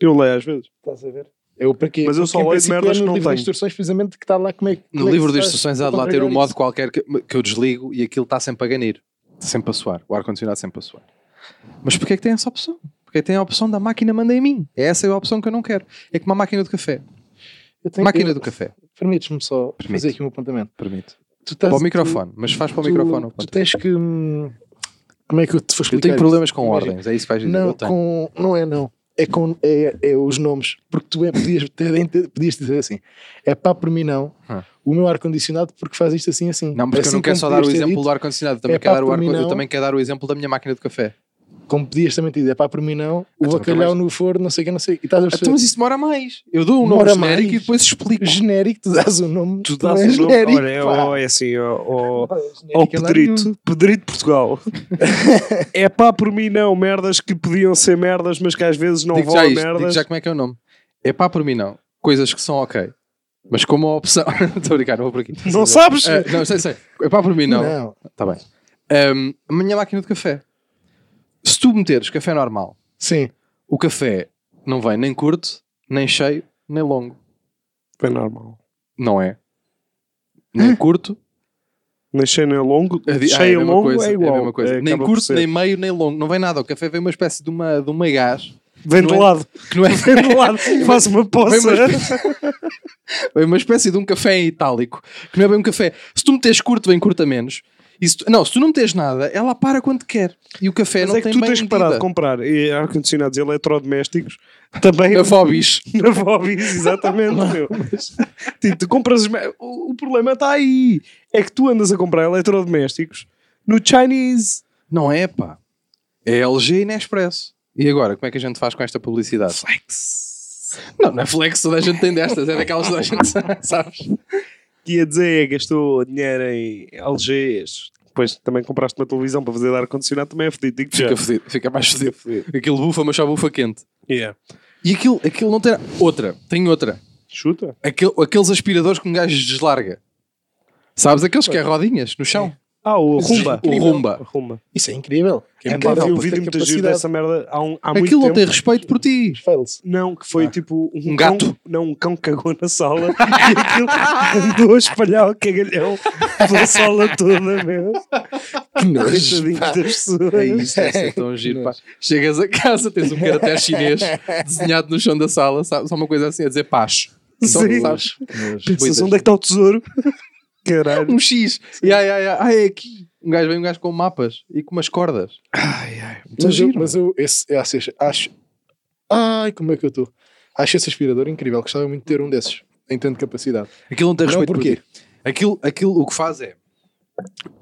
A: Eu leio às vezes.
B: Estás a ver? Eu para quê?
A: Mas eu só
B: Porque,
A: leio
B: em princípio,
A: merdas
B: é
A: que
B: no
A: não
B: livro
A: tenho.
B: de instruções, precisamente, que está lá como é que. como
C: No
B: é que
C: livro
B: se
C: de
B: faz
C: instruções há de lá
B: para
C: ter um
B: controlar
C: modo
B: isso.
C: qualquer que, que eu desligo e aquilo está sempre a ganir. Sempre a suar. O ar-condicionado sempre a suar. Mas porquê é que tem essa opção? Porque tem a opção da máquina manda em mim. Essa é a opção que eu não quero. É como uma máquina de café.
B: Eu tenho-
C: máquina
B: eu-
C: do café.
B: Permites-me só
C: Permite.
B: fazer aqui um apontamento.
C: Permite.
B: Tu estás-
C: Para o
B: tu-
C: microfone. Mas faz para o
B: tu-
C: microfone. ao
B: Tu
C: ponto.
B: tens que. hum, Como é que eu te vou explicar?
C: Eu tenho
B: isto?
C: problemas com
B: Imagina.
C: ordens. É isso que vais dizer.
B: Não,
C: eu tenho.
B: com, não é não. É com é, é os nomes. Porque tu é, podias, ter, podias dizer assim: é pá por mim não.
C: Hum.
B: O meu ar-condicionado porque faz isto assim assim.
C: Não, porque
B: assim
C: eu não quero
B: como
C: só dar o
B: podias ter
C: exemplo
B: dito,
C: do ar-condicionado. eu Também
B: é
C: quero
B: pá,
C: dar o
B: por
C: ar-
B: mim
C: Eu
B: não.
C: também quero dar o exemplo da minha máquina de café.
B: Como podias também ter dito: é pá por mim não. O
C: Então,
B: bacalhau
C: nunca
B: no forno, não sei o que, não sei. o quê. E estás a
C: Então,
B: perceber?
C: mas isso demora mais. Eu dou um nome
B: é. Demora
C: genérico
B: mais.
C: e depois explico.
B: genérico, tu dás o nome.
A: Tu
B: não
A: dás
B: é
C: um
A: o nome.
B: genérico,
A: Olha, é,
B: pá.
A: ó, é assim, ó, ó, ao
B: Não é genérico, é lá nenhum.
A: Oh, Pedrito, Pedrito Portugal. é pá, por mim não, merdas que podiam ser merdas, mas que às vezes não
C: Digo
A: vão
C: já
A: a
C: isto, digo
A: merdas.
C: já como é que é o nome. É pá, por mim não. Coisas que são ok. Mas como a opção. Estou a brincar, não vou por aqui.
A: Não sabes?
C: Ah, não, sei, sei. É pá, por mim não.
B: Não.
C: Está bem. Ahm, a minha máquina de café. Se tu meteres café normal,
B: Sim.
C: o café não vem nem curto, nem cheio, nem longo.
A: É normal.
C: Não é? Nem curto.
A: Nem cheio nem é longo,
C: a di- ah,
A: cheio
C: a
A: e
C: mesma
A: longo
C: coisa,
A: é igual.
C: a mesma coisa.
A: É,
C: nem
A: acaba por
C: curto,
A: ser.
C: nem meio, nem longo. Não vem nada. O café vem uma espécie de uma, de uma gás
A: Vem de
C: não é-
A: lado,
C: que não é
A: vem de lado, faz uma poça.
C: Vem É uma espécie de um café em itálico, que não é bem um café. Se tu meteres curto, vem curto a menos. E se tu- não, se tu não meteres nada, ela para quando quer. E o café
A: Mas
C: não
A: é que
C: tem
A: tu
C: bem
A: tens que
C: medida.
A: parar de comprar e ar-condicionados e eletrodomésticos também
C: A Fobis.
A: na Bobbies, exatamente. meu. Tipo, tu compras os me- o, o problema está aí. É que tu andas a comprar eletrodomésticos no Chinese.
C: Não é, pá. É LG e Nespresso. E agora, como é que a gente faz com esta publicidade?
A: Flex.
C: Não, não é flex, toda a gente tem destas, é daquelas toda a gente sabe, sabes?
A: Ia dizer, gastou dinheiro em LGs. Depois também compraste uma televisão para fazer ar-condicionado, também é fedido. Digo
C: Fica, fudido, fica mais fodido. Aquilo bufa, mas só bufa quente.
A: Yeah.
C: E aquilo, aquilo não tem. Outra, tem outra.
A: Chuta.
C: Aquele, aqueles aspiradores que um gajo deslarga. Sabes? Aqueles que é rodinhas no chão.
A: Ah, o Rumba.
C: O
A: O
C: rumba.
A: Rumba.
B: Isso é um incrível. Quem
A: É,
B: pode
A: pá, eu
B: ter
A: vi muito giro
B: capacidade.
A: dessa merda há, um, há muito
C: Aquilo não
A: tempo.
C: tem respeito por ti.
B: Fails.
A: Não, que foi tipo um,
C: Um gato?
A: Cão, não, um cão cagou na sala e aquilo andou a espalhar o cagalhão pela sala toda, meu.
B: Que nojo.
A: Coitadinhos das pessoas.
C: É isso, deve ser tão giro, pá. Chegas a casa, tens um caractere chinês desenhado no chão da sala, sabe? só uma coisa assim a dizer paz. Só,
A: Sim.
C: sabes?
A: Pensas,
C: Coisas.
A: onde é que está o tesouro? Caralho.
C: Um X. Ya, ya, ya. Ah, é aqui. Um gajo vem um gajo com mapas e com umas cordas.
B: Mas eu, mas eu esse, eu acho, acho. Ai, como é que eu estou? Acho esse aspirador incrível. Gostava muito de ter um desses. Em tanto capacidade.
C: Aquilo não tem
B: Não,
C: respeito por
B: porquê?
C: ti. Aquilo, aquilo o que faz é.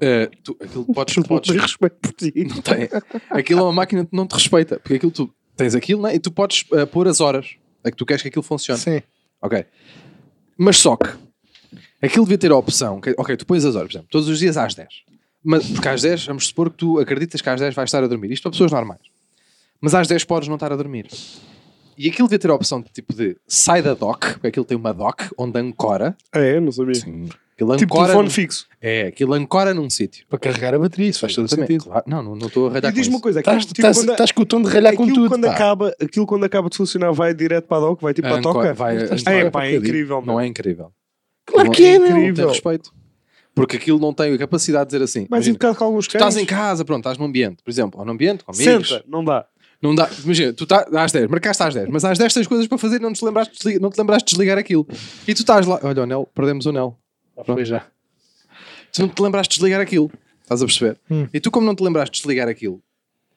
C: eh, tu, aquilo podes,
A: Não
C: podes
A: tens respeito por ti.
C: Não tem. Aquilo é uma máquina que não te respeita. Porque aquilo tu tens aquilo né? e tu podes eh, pôr as horas a que tu queres que aquilo funcione.
B: Sim.
C: Ok. Mas só que aquilo devia ter a opção. que- ok, tu pões as horas, por exemplo, todos os dias às 10. Mas, porque às 10, vamos supor que tu acreditas que às 10 vais estar a dormir. Isto para pessoas normais. Mas às 10 podes não estar a dormir. E aquilo devia ter a opção de tipo de sai da dock, porque aquilo tem uma dock onde ancora.
A: É, eu não sabia.
C: Aquilo ancora
A: Tipo telefone
C: num-
A: fixo.
C: é, aquilo ancora num sítio.
B: Para carregar a bateria, isso faz todo
C: Exatamente,
B: sentido.
C: claro. Não, não não estou a
A: E
C: ralhar com
A: diz-me
C: isso.
A: uma coisa. Aquilo,
B: Estás,
A: tipo,
B: estás,
A: quando,
B: estás com o tom de ralhar com
A: aquilo
B: tudo.
A: quando
B: pá.
A: acaba, aquilo quando acaba de funcionar vai direto para a doc? Vai tipo para a
C: Ancora-
A: toca?
C: vai-
A: Ah, é, pá, é
B: Ancora-
A: incrível, meu.
C: Não é incrível.
B: Claro
C: Não
B: que é, meu.
C: Não tem respeito. Porque aquilo não tem a capacidade de dizer assim.
A: Mais
C: imagina,
A: educado que alguns
C: tu estás
A: cães.
C: em casa, pronto, estás num ambiente, por exemplo, ou num ambiente, com amigos.
A: Senta, não dá. Tá
C: Não dá, imagina, tu estás às 10, marcaste às 10, mas às 10 tens coisas para fazer e não te lembraste, de desligar- não te lembraste de desligar aquilo. E tu estás lá, olha o Nel, perdemos o Nel.
B: Pois já.
C: Tu não te lembraste de desligar aquilo. Estás a perceber?
B: Hum.
C: E tu, como não te lembraste de desligar aquilo,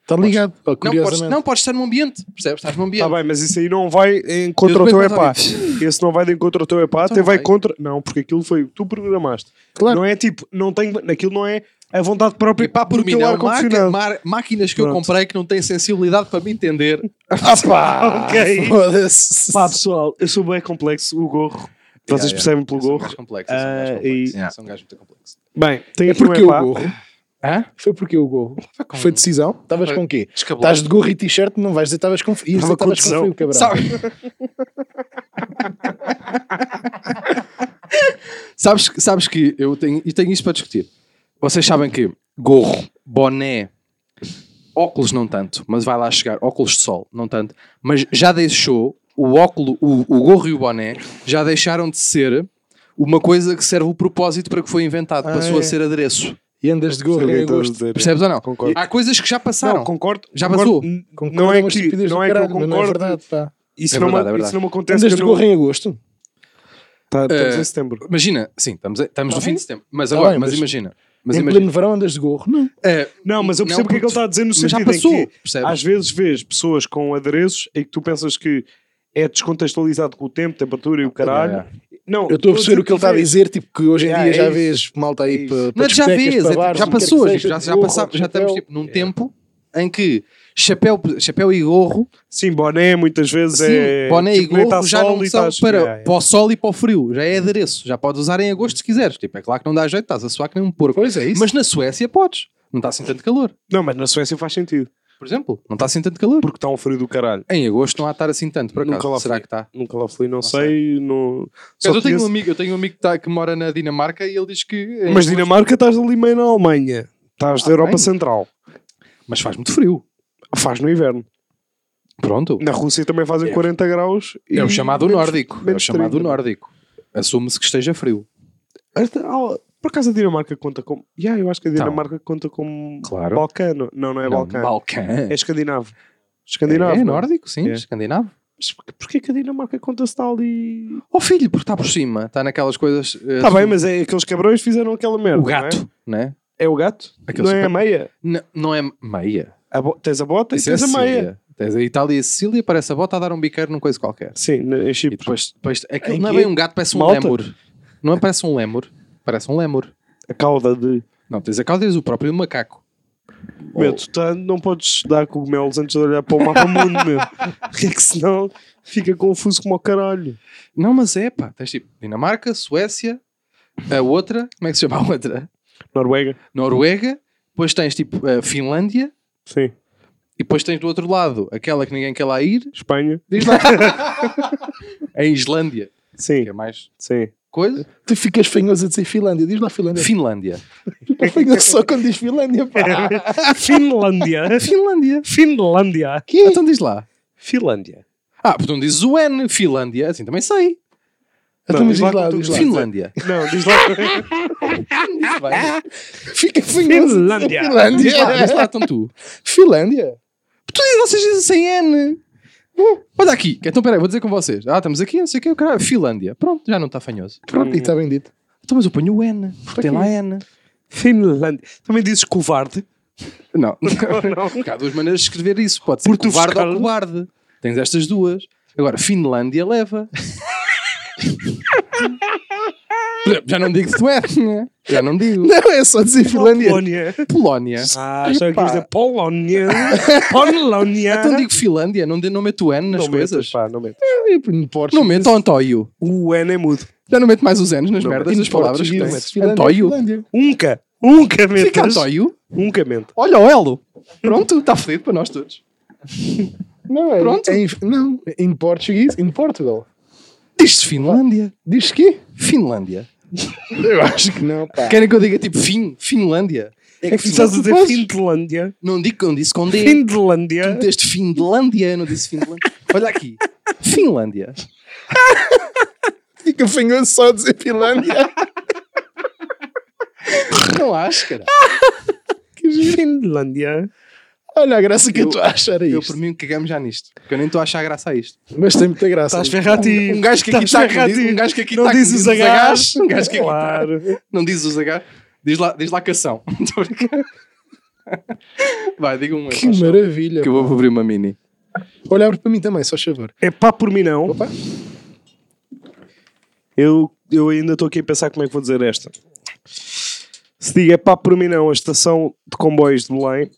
B: Está Tá ligado. Pá,
C: não podes,
B: curiosamente.
C: não podes estar num ambiente, percebes? Estás num ambiente.
A: Está Tá bem, mas isso aí não vai em contra
C: Eu
A: o
C: também
A: teu
C: não
A: epá.
C: sabia.
A: Esse não vai de encontro ao teu epá,
C: Então
A: até
C: não
A: vai
C: vai.
A: contra. Não, porque aquilo foi. Tu programaste.
B: Claro.
A: Não é tipo. Não tem, aquilo não é a vontade própria
C: E pá, por
A: do
C: mim,
A: teu
C: não. Marca,
A: ar-condicionado.
C: mar- máquinas que eu
A: Pronto.
C: comprei que não têm sensibilidade para me entender.
B: Ah, pá!
A: Ok.
B: Foda-se.
A: Pá, pessoal, eu sou bem complexo. O gorro. Vocês
C: Yeah, yeah.
A: percebem pelo
C: São
A: gorro.
C: gajos complexos. são gajos
A: Ah,
C: complexos.
A: e-
C: Yeah, São gajos muito complexos.
A: Bem, tem
B: É
A: aqui um
B: porque o
A: epá.
B: gorro.
C: Hã?
B: Foi porque o gorro.
A: um
B: Foi decisão. Estavas
C: Foi-
B: com o quê?
C: Descabelado.
B: Estás de gorro e t-shirt, não vais dizer que estavas com frio. Ias dizer que
A: Estava um com
B: Estavas com frio, cabrão.
C: Sabe- sabes, que- sabes que eu tenho, e tenho isto para discutir. Vocês sabem que gorro, boné, óculos não tanto, mas vai lá chegar, óculos de sol, não tanto, mas já deixou o óculo, o, o gorro e o boné já deixaram de ser uma coisa que serve o propósito para que foi inventado, passou
B: é.
C: a ser adereço.
B: E andas de gorro
A: Sei o que
B: em
A: é que estás a
B: agosto.
A: dizer.
C: Percebes ou não?
A: Concordo.
C: Há coisas que já passaram.
A: Não, concordo.
C: Já
A: concordo.
C: vazou.
A: N-
B: Concordo,
A: Não é
B: mas
A: que,
B: estupidez do
A: não é que eu
B: caralho, mas não é
A: concordo.
B: verdade, pá.
A: Isso,
C: É
A: não,
C: verdade, é
A: isso
C: verdade.
A: não me acontece.
B: Andas É. de
A: que eu não-
B: gorro em agosto?
A: Tá, estamos
C: Eh,
A: em setembro.
C: Imagina, sim, estamos, estamos no
B: Tá
C: fim
B: bem.
C: de setembro. Mas
B: Tá
C: agora,
B: bem,
C: mas,
B: mas-
C: imagina. Mas
B: em
C: imagina.
B: pleno verão andas de gorro? Não.
C: eh,
A: Não, mas eu
C: Não,
A: percebo o que é que ele
C: puto.
A: está a dizer no
C: Mas já
A: sentido
C: passou,
A: em que
C: percebes?
A: às vezes vês pessoas com adereços e que tu pensas que é descontextualizado com o tempo, temperatura e o caralho.
C: Yeah,
A: Não,
B: Eu estou a perceber o que ele está a dizer, tipo que hoje em
A: Yeah,
B: dia
A: é
B: já
A: isso.
B: vês malta
A: É
B: aí
A: isso.
B: para, para
C: Mas já
B: discotecas,
C: vês,
B: para bares,
C: é, já
B: o que quer
C: passou,
B: que
C: gente,
B: seja,
C: já, já,
B: gorro,
C: passa- já estamos
B: chapéu.
C: tipo, num tempo em que chapéu, chapéu e gorro,
A: Sim, boné muitas vezes
C: sim,
A: é.
C: boné
A: tipo,
C: e
A: nem tá
C: gorro já
A: sol
C: não
A: e
C: são
A: estás-
C: para,
A: Yeah, yeah.
C: para o sol e para o frio, já é adereço, já podes usar em agosto se quiseres. Tipo, é claro que não dá jeito, estás a suar que nem um porco.
B: Pois é isso.
C: Mas na Suécia podes, não está assim tanto calor,
A: Não, mas na Suécia faz sentido.
C: por exemplo, não está assim tanto calor.
A: Porque está um frio do caralho.
C: Em agosto não há de estar assim tanto, por
A: Nunca lá
C: acaso. Será
A: fui.
C: que está?
A: Nunca lá fui, não, sei. Não... Só
C: Mas eu tenho,
A: conheço-
C: um amigo, eu tenho um amigo que, tá- que mora na Dinamarca e ele diz que. é em
A: Mas
C: agosto-
A: Dinamarca estás ali meio na Alemanha. Estás da
C: Ah,
A: Europa
C: bem.
A: Central.
C: Mas faz muito frio.
A: Faz no inverno.
C: Pronto.
A: Na Rússia também fazem
C: É.
A: 40 graus.
C: É o
A: e
C: chamado
A: menos-
C: nórdico. É o
A: menos
C: chamado
A: 30.
C: nórdico. Assume-se que esteja frio.
A: Esta- ah, Por acaso a Dinamarca conta como. Yeah, eu acho que a
C: Então.
A: Dinamarca conta como.
C: Claro.
A: Balcano. Não, não é
C: Não,
A: Balcano.
C: um Balcã.
A: É escandinavo. Escandinavo.
C: É,
A: não
C: nórdico, sim,
A: É.
C: escandinavo. Oh,
A: Mas por- porquê que a Dinamarca conta-se tal e.
C: Ó
A: Tá
C: filho, porque está por cima, está Tá naquelas coisas. eh,
A: Está bem, mas é aqueles cabrões fizeram aquela merda.
C: O
A: não é?
C: gato, né?
A: É o gato?
C: Aqueles
A: não é a
C: pe-
A: meia?
C: Não, não é meia.
A: A bo- Tens a bota e
C: Isso é
A: tens a meia.
C: Síria. Tens a Itália e a Sicília, parece a bota a dar um biqueiro num coisa qualquer.
A: Sim, em
C: E
A: Chipre.
C: depois, depois aquilo
A: Em
C: não é
A: quê?
C: bem um gato, parece um
A: Malta?
C: lemur. Não é, parece um lemur. Parece um lemur.
A: A cauda de...
C: Não, tens a cauda e tens o próprio macaco.
A: Meu, tu tá- não podes estudar cogumelos antes de olhar para o mapa mundo, meu. Porque é que senão fica confuso como o caralho.
C: Não, mas é pá. Tens tipo Dinamarca, Suécia, a outra, como é que se chama a outra?
A: Noruega?
C: Noruega, depois tens tipo a Finlândia,
A: Sim.
C: e depois tens do outro lado aquela que ninguém quer lá ir,
A: Espanha?
C: diz lá. a Islândia,
A: Sim,
C: que é mais
A: sim.
C: coisa.
B: Tu ficas fanhoso a dizer Finlândia, diz lá Finlândia.
C: Finlândia.
B: Fica fanhoso só quando diz Finlândia, pá.
A: Finlândia?
C: Finlândia.
A: Finlândia?
C: Então diz lá.
A: Finlândia.
C: Ah, portanto dizes o N, Finlândia, assim também sei.
B: Então, mas diz
A: diz lá
B: lá,
A: que tu-
B: diz lá.
C: Finlândia.
A: Não, diz lá.
B: Fica fanhoso. a dizer
A: Finlândia.
C: Diz lá, diz lá,
B: Finlândia.
C: então tu.
B: Finlândia.
C: Tu dizes, vocês dizem sem N. Olha aqui. Então, peraí, vou dizer com vocês. Ah, estamos aqui, não sei o que, o cara. Finlândia. Pronto, já não está fanhoso.
B: Pronto, e está bem dito.
C: Então, mas eu ponho o N, porque tem lá N.
A: Finlândia. Também dizes covarde?
C: Não.
A: não.
C: Porque há duas maneiras de escrever isso. Pode ser
A: Porto
C: covarde
A: fiscal.
C: ou covarde. Tens estas duas. Agora, Finlândia leva. Por exemplo, já não digo Suécia. Já não digo.
B: Não, é só dizer Finlândia.
A: Polónia.
C: Polónia.
A: Ah, achava que ias dizer Polónia. Polónia.
C: Então digo Finlândia, não, dê- não meto o N nas
A: não
C: coisas.
A: metas, pá, não metas.
B: Eu ponho Porsche.
C: não meto o Antóio.
A: O N é mudo.
C: Já não meto mais os N's nas
A: Não
C: merdas,
B: meto.
C: nas palavras. que
B: Português,
C: tens.
B: metes Finlândia,
C: Antóio.
B: Finlândia.
A: Unca. Unca
C: Fica
A: metas.
C: Antóio.
A: Unca menta.
C: Olha o Elo. Pronto, está fedido para nós todos.
B: Não, é,
C: Pronto.
B: é em, não, em português, em Portugal.
C: Diz-se Finlândia.
B: Diz que?
C: Finlândia.
B: Eu acho que não, pá.
C: Querem que eu diga tipo Fin, Finlândia?
A: É que tu estás a
B: tu
A: dizer
B: fazes.
A: Finlândia.
C: Não digo que eu disse com D. Tu
A: Finlândia.
C: meteste Finlândia, eu não disse Finlândia. Olha aqui. Finlândia.
B: Fica fanhoso só a dizer Finlândia.
C: Não acho, cara.
A: Finlândia.
B: Olha a graça que eu
C: Eu-
B: estou a achar a
C: Eu
B: isto.
C: por mim cagamos já nisto. Porque eu nem estou a achar graça a isto.
B: Mas tem muita graça.
A: Estás ferrado e.
C: Um gajo que aqui
A: Estás
C: está
A: ferrado e-
C: um gajo que aqui
A: Não
C: está
A: diz os H's.
C: Um gajo que aqui está.
A: tá Claro.
C: Não diz os H. Diz lá, diz lá cação. Estou a brincar. Vai, diga um. aí,
B: Que
C: faz favor.
B: maravilha.
C: Que eu vou abrir uma mini.
B: Olha, abre para mim também, só favor.
A: É pá por mim não.
B: Opa.
A: Eu, eu ainda estou aqui a pensar como é que vou dizer esta. Se digo é pá por mim não a estação de comboios de Belém,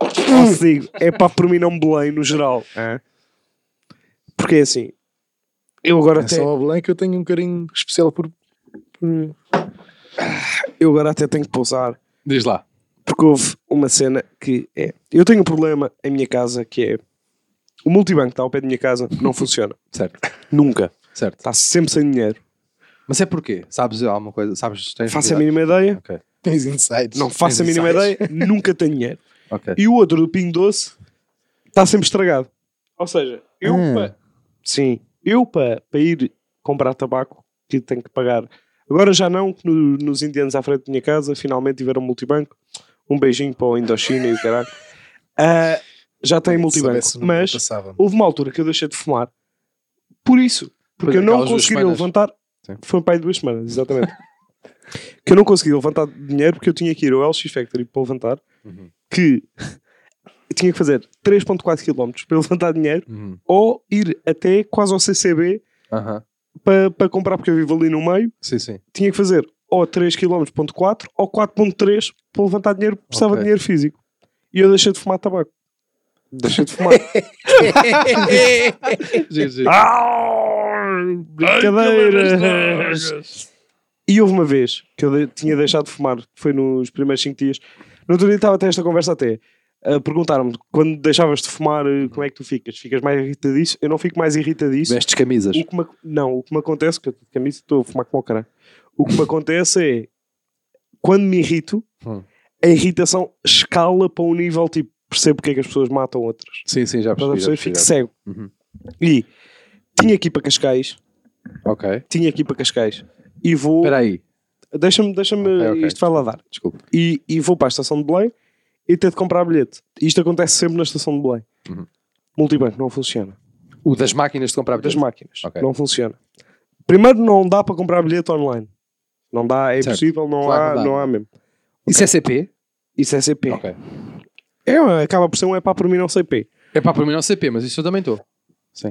A: ou se digo é pá por mim não Belém no geral. hã? Porque é assim, eu agora,
B: É
A: até,
B: só ao Belém que eu tenho um carinho especial por. por-
A: eu agora até tenho que pousar,
C: Diz lá.
A: porque houve uma cena que é... Eu tenho um problema em minha casa que é... O multibanco que está ao pé da minha casa não funciona.
C: Certo,
A: Nunca.
C: certo.
A: Está sempre sem dinheiro.
C: Mas é porquê? Sabes alguma coisa? Sabes? Tens
A: Faço a
C: novidade?
A: mínima ideia.
C: Ok,
B: Tens insights.
A: Não faço a
C: Tens
A: mínima ideia, nunca tenho dinheiro.
C: ok.
A: E o outro do Pingo Doce está sempre estragado. Ou seja, eu
C: Ah.
A: para. Sim, eu para pa ir comprar tabaco, que tenho que pagar. Agora já não, que no- nos indianos à frente da minha casa finalmente tiveram multibanco. Um beijinho para o Indochina e o caralho. Ah, já tem multibanco. Mas houve uma altura que eu deixei de fumar por isso. Porque
C: Pois,
A: eu não
C: aquelas duas
A: conseguiria
C: semanas.
A: levantar.
C: Sim.
A: Foi para aí duas semanas, exatamente. que eu não conseguia levantar dinheiro porque eu tinha que ir ao LX Factory para levantar.
C: Uhum.
A: Que eu tinha que fazer 3,4 km para levantar dinheiro
C: Uhum.
A: ou ir até quase ao CCB
C: Aham.
A: para, para comprar, porque eu vivo ali no meio.
C: Sim, sim.
A: Tinha que fazer ou 3 km.4 ou 4,3 para levantar dinheiro, porque precisava
C: Ok.
A: de dinheiro físico. E eu deixei de fumar tabaco. Deixei de fumar.
C: Giro, giro.
A: Au! Brincadeiras! E houve uma vez que eu de- tinha deixado de fumar, foi nos primeiros 5 dias. No outro dia estava até esta conversa até. A perguntaram-me quando deixavas de fumar, eh, como é que tu ficas? Ficas mais irritadíssimo? Eu não fico mais irritadíssimo.
C: Vestes camisas.
A: O que me ac- não, o que me acontece, que eu tô de camisa estou a fumar como o caralho. O que me acontece é quando me irrito,
C: Hum.
A: a irritação escala para um nível tipo, percebo porque é que as pessoas matam outras.
C: Sim, sim, já
A: Estás a
C: percebi. já
A: perceber?
C: percebi,
A: Fico
C: já
A: cego.
C: Uhum.
A: E tinha aqui para Cascais,
C: percebi. Ok.
A: tinha aqui para Cascais e vou.
C: Espera aí.
A: Deixa-me, deixa-me,
C: Ok, ok.
A: isto vai lá dar.
C: Desculpa.
A: E, e vou para a estação de Belém e ter de comprar bilhete. Isto acontece sempre na estação de Belém.
C: Uhum.
A: Multibanco não funciona.
C: O das máquinas de comprar
A: Das
C: bilhetes.
A: máquinas
C: Ok.
A: não funciona. Primeiro, não dá para comprar bilhete online. Não dá, é
C: Certo.
A: impossível, não,
C: Claro,
A: há,
C: não dá.
A: não há mesmo.
C: Isso é CP?
A: Isso é CP.
C: Ok.
A: É, acaba por ser um é pá por mim não sei P.
C: É pá, para mim não é CP, mas isso eu também estou.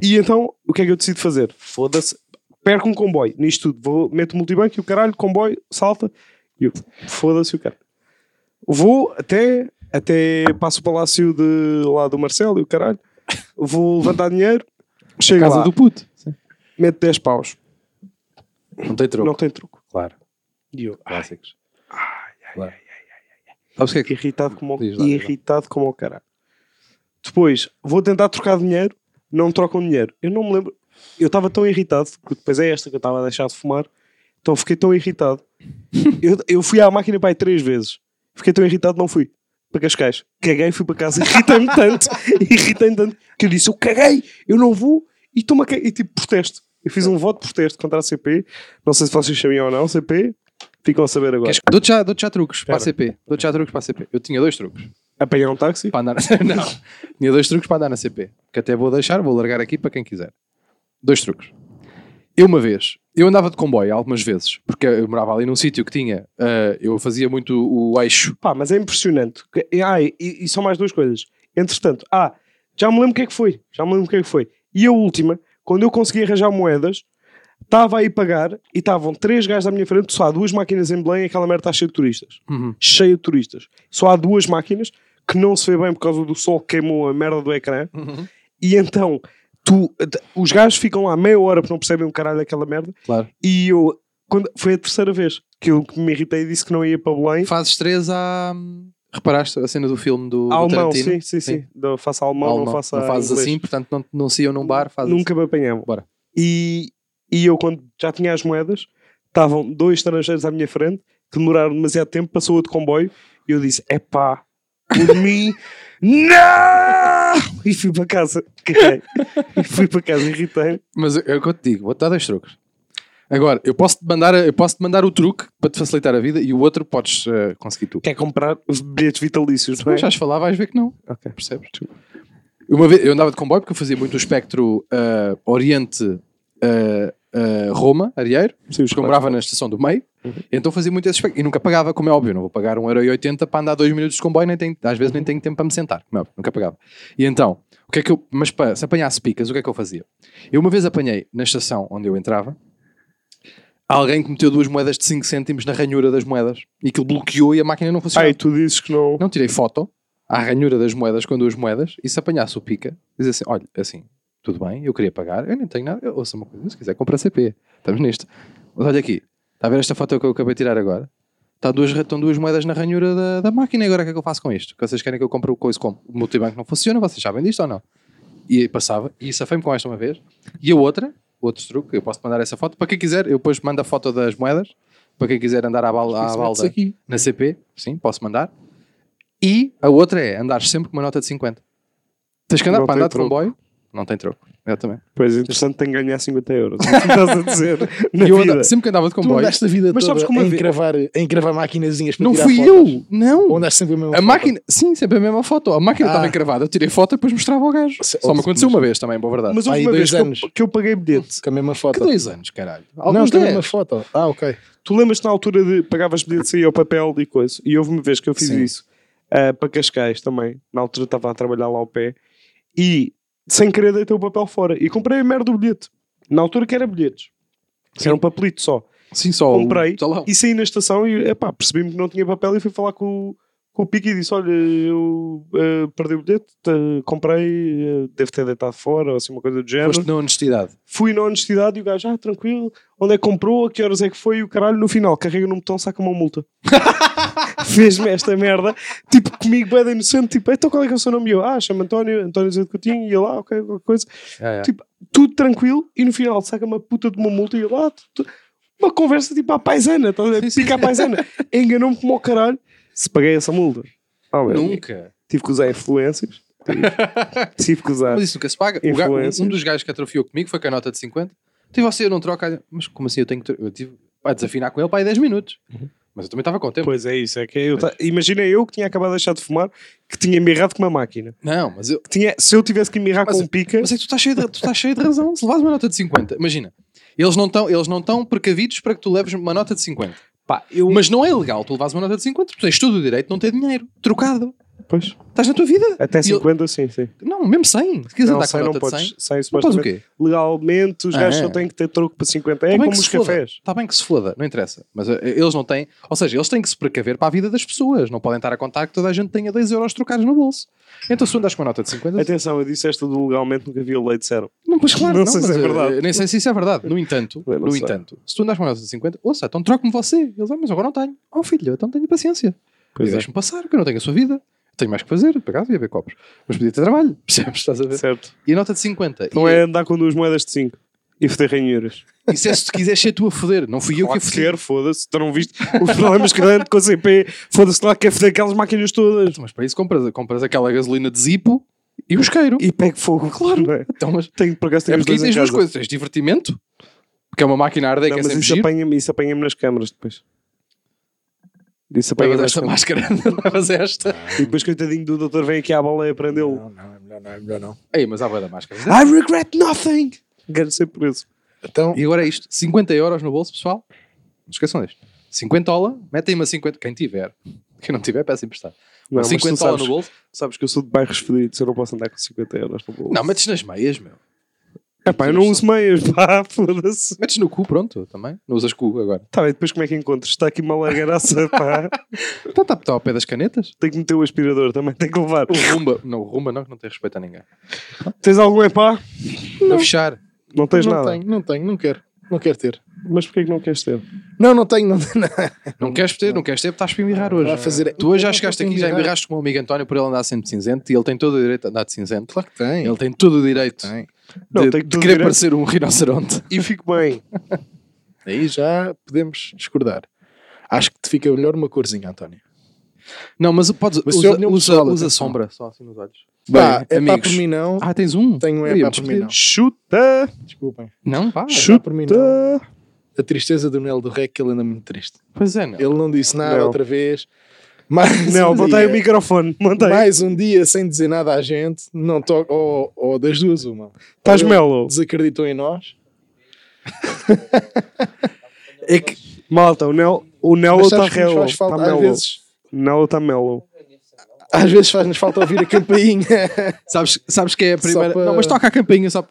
A: E então, o que é que eu decido fazer? Foda-se, perco um comboio nisto tudo. Vou, meto o multibanco e o caralho, comboio, salta. E eu, foda-se o cara. Vou até, até passo o palácio de, lá do Marcelo e o caralho. Vou levantar dinheiro, chego
C: Casa
A: lá,
C: do puto.
A: meto 10 paus.
C: Não tem troco.
A: Não tem truco.
C: Claro.
A: E eu, ai,
C: Clássicos. Claro. Sabes o que é que
A: irritado como, o-
C: Diz lá, diz lá.
A: irritado como o caralho. Depois, vou tentar trocar dinheiro, não trocam dinheiro. Eu não me lembro. Eu estava tão irritado, que depois é esta que eu estava a deixar de fumar, então fiquei tão irritado. eu, eu fui à máquina pai três vezes. Fiquei tão irritado, não fui. Para Cascais. Caguei, fui para casa. Irritei-me tanto, irritei-me tanto, que eu disse: eu caguei, eu não vou, e toma ca- E tipo, protesto. Eu fiz um voto de protesto contra a CP. Não sei se vocês sabiam ou não, CP. Ficam a saber agora.
C: Queres- Dou-te já, dou já truques para a
A: Espera.
C: CP. Dou-te já truques para a CP. Eu tinha dois truques
A: Apanhar um táxi?
C: para andar na... Não. tinha dois truques para andar na CP. Que até vou deixar, vou largar aqui para quem quiser. Dois truques. Eu uma vez, eu andava de comboio algumas vezes, porque eu morava ali num sítio que tinha, ah, eu fazia muito o eixo.
A: Pá, mas é impressionante. Que- e- Ah, e, e são mais duas coisas. Entretanto, ah, já me lembro o que é que foi. Já me lembro o que é que foi. E a última, quando eu consegui arranjar moedas, estava a ir pagar e estavam três gajos à minha frente, só há duas máquinas em Belém e aquela merda está cheia de turistas. Cheia de turistas. Só há duas máquinas que não se vê bem por causa do sol que queimou a merda do ecrã.
C: Uhum.
A: E então, tu, os gajos ficam lá meia hora porque não percebem o caralho daquela merda.
C: Claro.
A: E eu, quando, foi a terceira vez que eu me irritei e disse que não ia para Belém.
C: Fazes três a... Reparaste a cena do filme do, do
A: Alemão,
C: Tarantino?
A: sim, sim, sim. Do- faça alemão,
C: Alemão.
A: não faça
C: fazes
A: inglês.
C: assim, portanto não, não se iam num bar, fazes
A: Nunca me apanhavam.
C: Bora.
A: E, e eu, quando já tinha as moedas, estavam dois estrangeiros à minha frente, que demoraram demasiado tempo, passou outro comboio, e eu disse, epá, por mim, não! E fui para casa, caguei. E fui para casa, irritei
C: Mas é o que eu te digo, vou-te dar dois truques. Agora, eu posso-te mandar, eu posso -te mandar o truque para te facilitar a vida e o outro podes eh, conseguir tu.
A: Quer comprar bilhetes vitalícios,
C: Se
A: não é?
C: deixares falar, vais ver que não.
A: Ok.
C: Percebes? Uma vez, eu andava de comboio porque eu fazia muito o espectro eh, Oriente eh, eh, Roma, Arieiro,
A: Sim, os
C: porque eu morava na estação do meio, então fazia muito esse espectro. E nunca pagava, como é óbvio, não vou pagar 1,80€ para andar dois minutos de comboio, nem tenho, às vezes nem tenho tempo para me sentar, como é óbvio, nunca pagava. E então, o que é que eu, mas para, se apanhasse picas, o que é que eu fazia? Eu uma vez apanhei na estação onde eu entrava, alguém que meteu duas moedas de 5 cêntimos na ranhura das moedas e aquilo bloqueou e a máquina não funcionava.
A: Ai, Ah, tu dizes que não...
C: Não tirei foto à ranhura das moedas com duas moedas e se apanhasse o pica, dizer assim: olha, assim, tudo bem, eu queria pagar, eu nem tenho nada, eu ouça uma coisa, se quiser compra CP, estamos nisto. Mas olha aqui, está a ver esta foto que eu acabei de tirar agora? Está duas, estão duas moedas na ranhura da, da máquina, agora o que é que eu faço com isto? Que vocês querem que eu compre o coisa como? O multibanco não funciona, vocês sabem disto ou não? E aí passava, e safei-me com esta uma vez, e a outra, outro truque, eu posso mandar essa foto, para quem quiser, eu depois mando a foto das moedas, para quem quiser andar à, bal, à balda
B: é aqui.
C: na CP, sim, posso mandar. E a outra é andar sempre com uma nota de 50. Tens que andar
A: Não
C: para
A: tem
C: andar de
A: troco.
C: comboio? Não tem troco. Eu também.
A: Pois, interessante, tenho que ganhar 50 euros. É o que estás a dizer. Na
C: E eu
A: vida.
C: andava- sempre que andava de
B: Tu
C: comboio.
B: andaste a vida
A: Mas sabes
B: toda
A: como
B: a
A: é ver-
B: encravar, a encravar maquinazinhas para
C: Não
B: tirar
C: fui
B: fotos?
C: eu! Não!
B: Ou andaste sempre a mesma
C: A
B: foto?
C: máquina, sim, sempre a mesma foto. A máquina
B: Ah.
C: estava encravada, eu tirei foto e depois mostrava ao gajo.
B: Se-
C: Só me aconteceu
B: mas-
C: uma vez também, boa verdade.
A: Mas houve
B: Aí
A: uma
B: dois
A: vez que eu,
B: anos.
A: que eu paguei bilhete.
B: Com é a mesma
C: que
B: foto.
C: dois anos, caralho.
B: não,
C: Alguns
B: tem a
C: dez.
B: mesma foto. Ah, ok.
A: Tu lembras na altura de pagavas bilhetes aí ao papel e coisa? E houve uma vez que eu fiz
C: Sim.
A: isso ah, para Cascais também. Na altura estava a trabalhar lá ao pé e sem querer deitei o papel fora e comprei a merda do bilhete. Na altura que era bilhetes, que era um papelito só.
C: Sim, só o-
A: Comprei
C: só lá.
A: e saí na estação e epá, percebi-me que não tinha papel e fui falar com, o- com o Pique e disse: Olha, eu ah, perdi o bilhete, ah, comprei, ah, devo ter deitado fora ou assim uma coisa do género.
C: Foste na honestidade.
A: Fui na honestidade e o gajo, ah, tranquilo, onde é que comprou, a que horas é que foi e o caralho, no final, carrega no botão, saca uma multa. Fez-me esta merda, tipo, comigo, bem inocente, tipo, então qual é que é o seu nome? E eu, ah, chama António, António Zé de Coutinho, e ele, ah, ok, qualquer coisa.
C: É, é.
A: Tipo, Tudo tranquilo e no final saca uma puta de uma multa e ele, ah, tu- tu- uma conversa tipo à paisana, estás a ver? Pica à paisana. Enganou-me como ao caralho se paguei essa multa. Ah, meu,
B: é.
C: Nunca.
A: Tive que usar influências. Tive, tive que usar.
C: Mas isso nunca se paga. O ga-
A: Influencers.
C: um dos gajos que atrofiou comigo foi com a nota de 50. Então e você eu não troca. Mas como assim eu tenho que. tro- Eu tive a desafinar com ele para aí 10 minutos. Mas eu também estava com o tempo.
A: Uhum. Pois é isso, é que eu ta- imagina eu que tinha acabado de deixar de fumar, que tinha me errado com uma máquina.
C: Não, mas eu.
A: Que tinha, se eu tivesse que me errar
C: Mas-
A: com um pica,
C: Mas é que tu estás cheio de, tu estás cheio de razão. Se levas uma nota de 50, imagina. Eles não estão eles não estão precavidos para que tu leves uma nota de 50.
A: Pá, eu.
C: Mas não é ilegal, tu levas uma nota de 50, tu tens todo o direito de não ter dinheiro, trocado.
A: Pois.
C: Estás na tua vida.
A: Até
C: E
A: 50, sim, sim.
C: Eu, não, mesmo 100. Se quiseres
A: Não,
C: andar com
A: sei,
C: a
A: não
C: nota de
A: podes.
C: 100,
A: Sei,
C: não podes o
A: supostamente.
C: quê?
A: Legalmente, os
C: Ah,
A: gajos
C: é.
A: só têm que ter troco para 50. É
C: Tá bem
A: como
C: que
A: os
C: se foda.
A: cafés.
C: Está bem que se foda, não interessa. Mas eh, eles não têm, ou seja, eles têm que se precaver para a vida das pessoas. Não podem estar a contar que toda a gente tenha 10 euros trocados no bolso. Então se tu andas com uma nota de 50,
A: Atenção, eu disse esta do legalmente, nunca vi a lei, disseram.
C: não, pois claro,
A: não sei
C: mas,
A: se é
C: eh,
A: verdade.
C: Nem sei se isso é verdade. No entanto,
A: Eu não
C: no
A: sei.
C: entanto se tu andas com uma nota de 50, ouça, então troco-me você. Eles, ah, mas agora não tenho. Oh filho, então tenho paciência.
A: Pois é.
C: e deixa-me passar, que eu não tenho a sua vida. Tenho mais que fazer, por acaso ia ver copos. Mas podia ter trabalho, percebes? Estás a ver?
A: Certo.
C: E a nota de 50.
A: Não
C: e,
A: é andar com duas moedas de 5 e foder em euros.
C: Isso é se tu quiseres ser tu a foder, não fui eu que a
A: Claro que
C: foder.
A: quero, foda-se. Tu não viste os problemas que dentro com a CP. Foda-se lá que é foder aquelas máquinas todas.
C: Mas para isso compras, compras aquela gasolina de Zippo e o isqueiro.
A: E pego fogo. Claro. Não é?
C: Então, mas
A: Tenho, por acaso, tenho
C: é
A: os
C: porque aí
A: dois
C: tens
A: em
C: duas
A: casa.
C: coisas: tens divertimento, porque é uma máquina a arder
A: Não,
C: que é
A: mas
C: sempre
A: isso
C: giro.
A: apanha-me isso apanha-me nas câmaras depois. Isso apanha-me
C: Levas
A: nas
C: esta
A: câmaras.
C: máscara, levas esta.
A: E depois, coitadinho do doutor, vem aqui à bola e aprendeu.
B: Não, não, é melhor não, é melhor não.
C: Ei, mas há bué da máscara.
A: I regret nothing! Quero ser preso.
B: Então,
C: E agora é isto: 50 euros no bolso, pessoal. Não esqueçam disto: 50 ola, metem-me a 50. Quem tiver, quem não tiver, peça emprestar.
A: Não, mas tu
C: 50 ola
A: sabes,
C: no bolso.
A: sabes que eu sou de bairros fedidos, eu não posso andar com 50 euros no bolso.
C: Não, metes nas meias, meu.
A: É pá, eu não uso meias, pá, foda-se.
C: Metes no cu, pronto, também. Não usas cu agora.
A: Tá bem, depois como é que encontras? Está aqui uma largaraça, pá.
C: Então está tá ao pé das canetas.
A: Tenho que meter o aspirador também, tenho que levar.
C: O rumba, não, o rumba não, que não tem respeito a ninguém.
A: Tens algum epá?
C: Não fechar.
A: Não tens
B: não
A: nada.
B: tenho, não tenho, não quero. Não quero ter.
A: Mas porquê é que não queres ter?
B: Não, não tenho, não tenho nada.
C: Não queres ter, não queres ter, porque estás para embirrar hoje.
B: Vai fazer-
C: Tu hoje já
B: Eu
C: chegaste
B: tenho
C: aqui, já
B: embirrar.
C: embirraste com o meu amigo António por ele andar sempre de cinzento e ele tem todo o direito a andar de cinzento.
B: Claro que tem.
C: Ele tem todo o direito
B: Tem.
A: Não,
C: de,
A: tem
C: de
A: todo o
C: querer
A: direito.
C: parecer um rinoceronte.
A: E fico bem.
B: Aí já podemos discordar. Acho que te fica melhor uma corzinha, António.
C: Não, mas podes,
B: Mas
C: usa,
B: se eu- um
C: usa,
B: pessoal,
C: usa
B: atenção.
C: sombra só assim nos olhos.
B: Pá, é pá
C: amigos.
B: por mim não.
C: Ah, tens um?
B: Tenho um
C: Eu
B: é
C: ia-me
B: pá por mim
C: despedir.
B: não.
A: Chuta!
B: Desculpem.
C: Não, pá.
B: Sh-
A: Chuta!
B: por mim, não. A tristeza do Nel do Rec, que ele anda muito triste.
C: Pois é, não.
B: Ele não disse nada
A: Não.
B: outra vez. Mais
A: Não,
B: um
A: montei o
B: dia.
A: microfone, montei.
B: Mais um dia sem dizer nada à gente, não toca, ou, ou das duas, uma.
A: Estás
B: Ou
A: melo.
B: Desacreditou em nós.
A: É que, malta, o Nel, o tá Nelo
B: Mas
A: está
B: sabes que nos
A: relo.
B: faz
A: Está
B: falta, às
A: melo.
B: vezes,
A: Nelo está melo.
B: às vezes faz-nos falta ouvir a campainha.
C: Sabes, sabes que é a primeira.
B: para-
C: Não, mas toca a campainha só.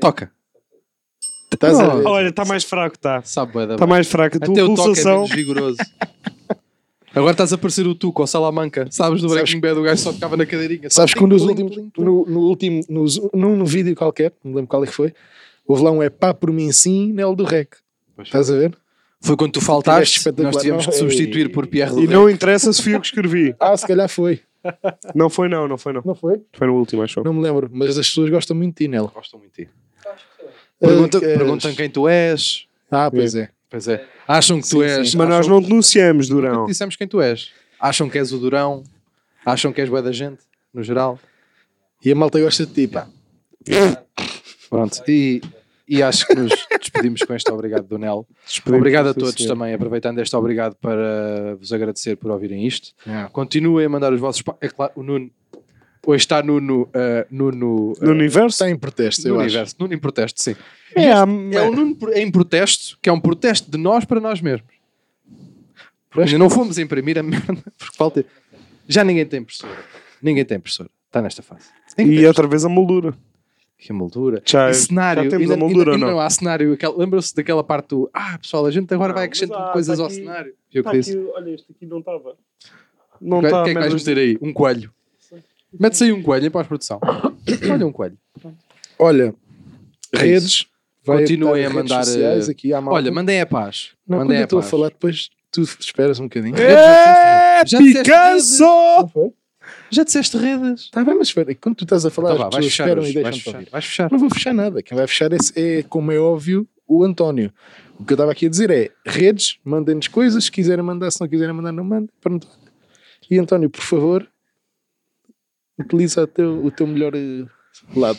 C: Toca.
B: Estás a ver?
A: Olha, está mais fraco, tá. está.
C: Sabe, bué da
B: Tá
A: Está
C: bem.
A: mais fraco. A tua
C: Até o toque é
A: pulsação.
C: menos vigoroso. Agora estás a parecer o Tuco ou Salamanca. Sabes do Breaking Bad, o gajo só tocava na cadeirinha. Só
B: Sabes que um
C: plim,
B: dos
C: plim,
B: últimos,
C: plim, plim.
B: no, no último, nos- num, num vídeo qualquer, não me lembro qual é que foi, houve lá um é pá por mim sim, Nel do Rec.
C: Pois.
B: Estás a ver?
C: Foi quando tu
B: Tiveste
C: faltaste,
B: espetacular.
C: nós tivemos que
B: Não,
C: substituir
B: e-
C: por Pierre
A: E
C: Lorraine.
A: não interessa se fui eu que escrevi.
B: Ah, se calhar foi.
A: Não foi, não, não foi, não.
B: Não foi?
A: Foi no último, acho.
B: Não me lembro, mas as pessoas gostam muito de ti, Nel.
C: Gostam muito de ti. Pergunta-
B: Ah, que-
C: perguntam quem tu és.
B: Ah, pois é.
C: Pois é. Acham que tu és.
A: Mas nós
C: acham-
A: não denunciamos,
C: Nunca
A: Durão.
C: te dissemos quem tu és. Acham que és o Durão. Acham que és boa da gente, no geral.
B: E a malta gosta de ti, pá.
C: Pronto. E, e acho que nos despedimos com este obrigado do Nel. Obrigado a
A: sim,
C: todos
A: senhor.
C: também, aproveitando este obrigado para vos agradecer por ouvirem isto. Continuem a mandar os vossos. pa- É claro, o Nuno. Hoje está Nuno. eh, Nuno. eh,
A: No universo?
B: Sem protesto, eu
C: Nuno
B: acho.
C: Universo. Nuno em protesto, sim.
A: É, há-
C: É um Nuno pro- em protesto, que é um protesto de nós para nós mesmos. Porque ainda não fomos imprimir a merda, porque falta. Já ninguém tem impressora. Ninguém tem impressora. Está nesta fase. Tem que
A: E
C: ter.
A: outra vez a moldura.
C: Que moldura.
A: Já-
C: e cenário.
A: já temos
C: ainda,
A: a moldura,
C: ainda- ainda
A: não?
C: há cenário. Aquela- Lembram-se daquela parte do. Ah, pessoal, a gente agora
A: Não,
C: vai
A: mas
C: acrescentando
A: há-
C: coisas
A: tá
C: ao
A: aqui-
C: cenário. Eu
A: Tá
C: que disse.
A: aqui, olha, este aqui não estava. Não tá
C: O que,
A: está,
C: o que é que vais meter aí? Um coelho. Mete-se aí um coelho em pós-produção. Olha um coelho.
B: Olha,
C: É
B: redes. vai
C: Continuem
B: estar
C: a
B: redes
C: mandar,
B: sociais
C: eh,
B: aqui à malta.
C: Olha, mandem a paz.
B: não, quando
C: mandem
B: eu
C: a
B: estou a
C: paz.
B: falar, depois tu esperas um bocadinho.
A: É,
C: Já disseste
A: Picasso!
B: Não foi?
C: Já disseste redes.
B: Está Tá bem, mas espera. Quando tu estás a falar,
C: Tá
B: as
C: vá,
B: pessoas
C: vais fechar.
B: esperam
C: hoje,
B: e deixam
C: vais
B: de ouvir.
C: fechar, Vais fechar.
B: Não vou fechar nada. Quem vai fechar esse é, como é óbvio, o António. O que eu estava aqui a dizer é: redes, mandem-nos coisas. Se quiserem mandar, se não quiserem mandar, não mandem. Pronto. E António, por favor, utiliza o teu, o teu melhor eh, lado.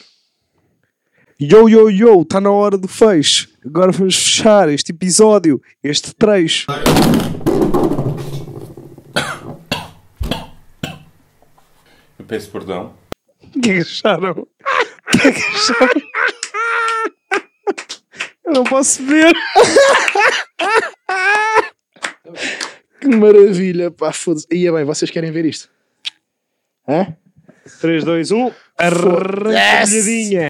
A: Yo, yo, yo, está na hora do fecho. Agora vamos fechar este episódio, este trecho.
E: Eu peço perdão.
A: O que é que acharam? O que é que acharam? Eu não posso ver.
C: Que maravilha, pá, foda-se.
B: é
C: Ia bem, vocês querem ver isto? Hã?
A: 3, 2, 1. Arranhadinha.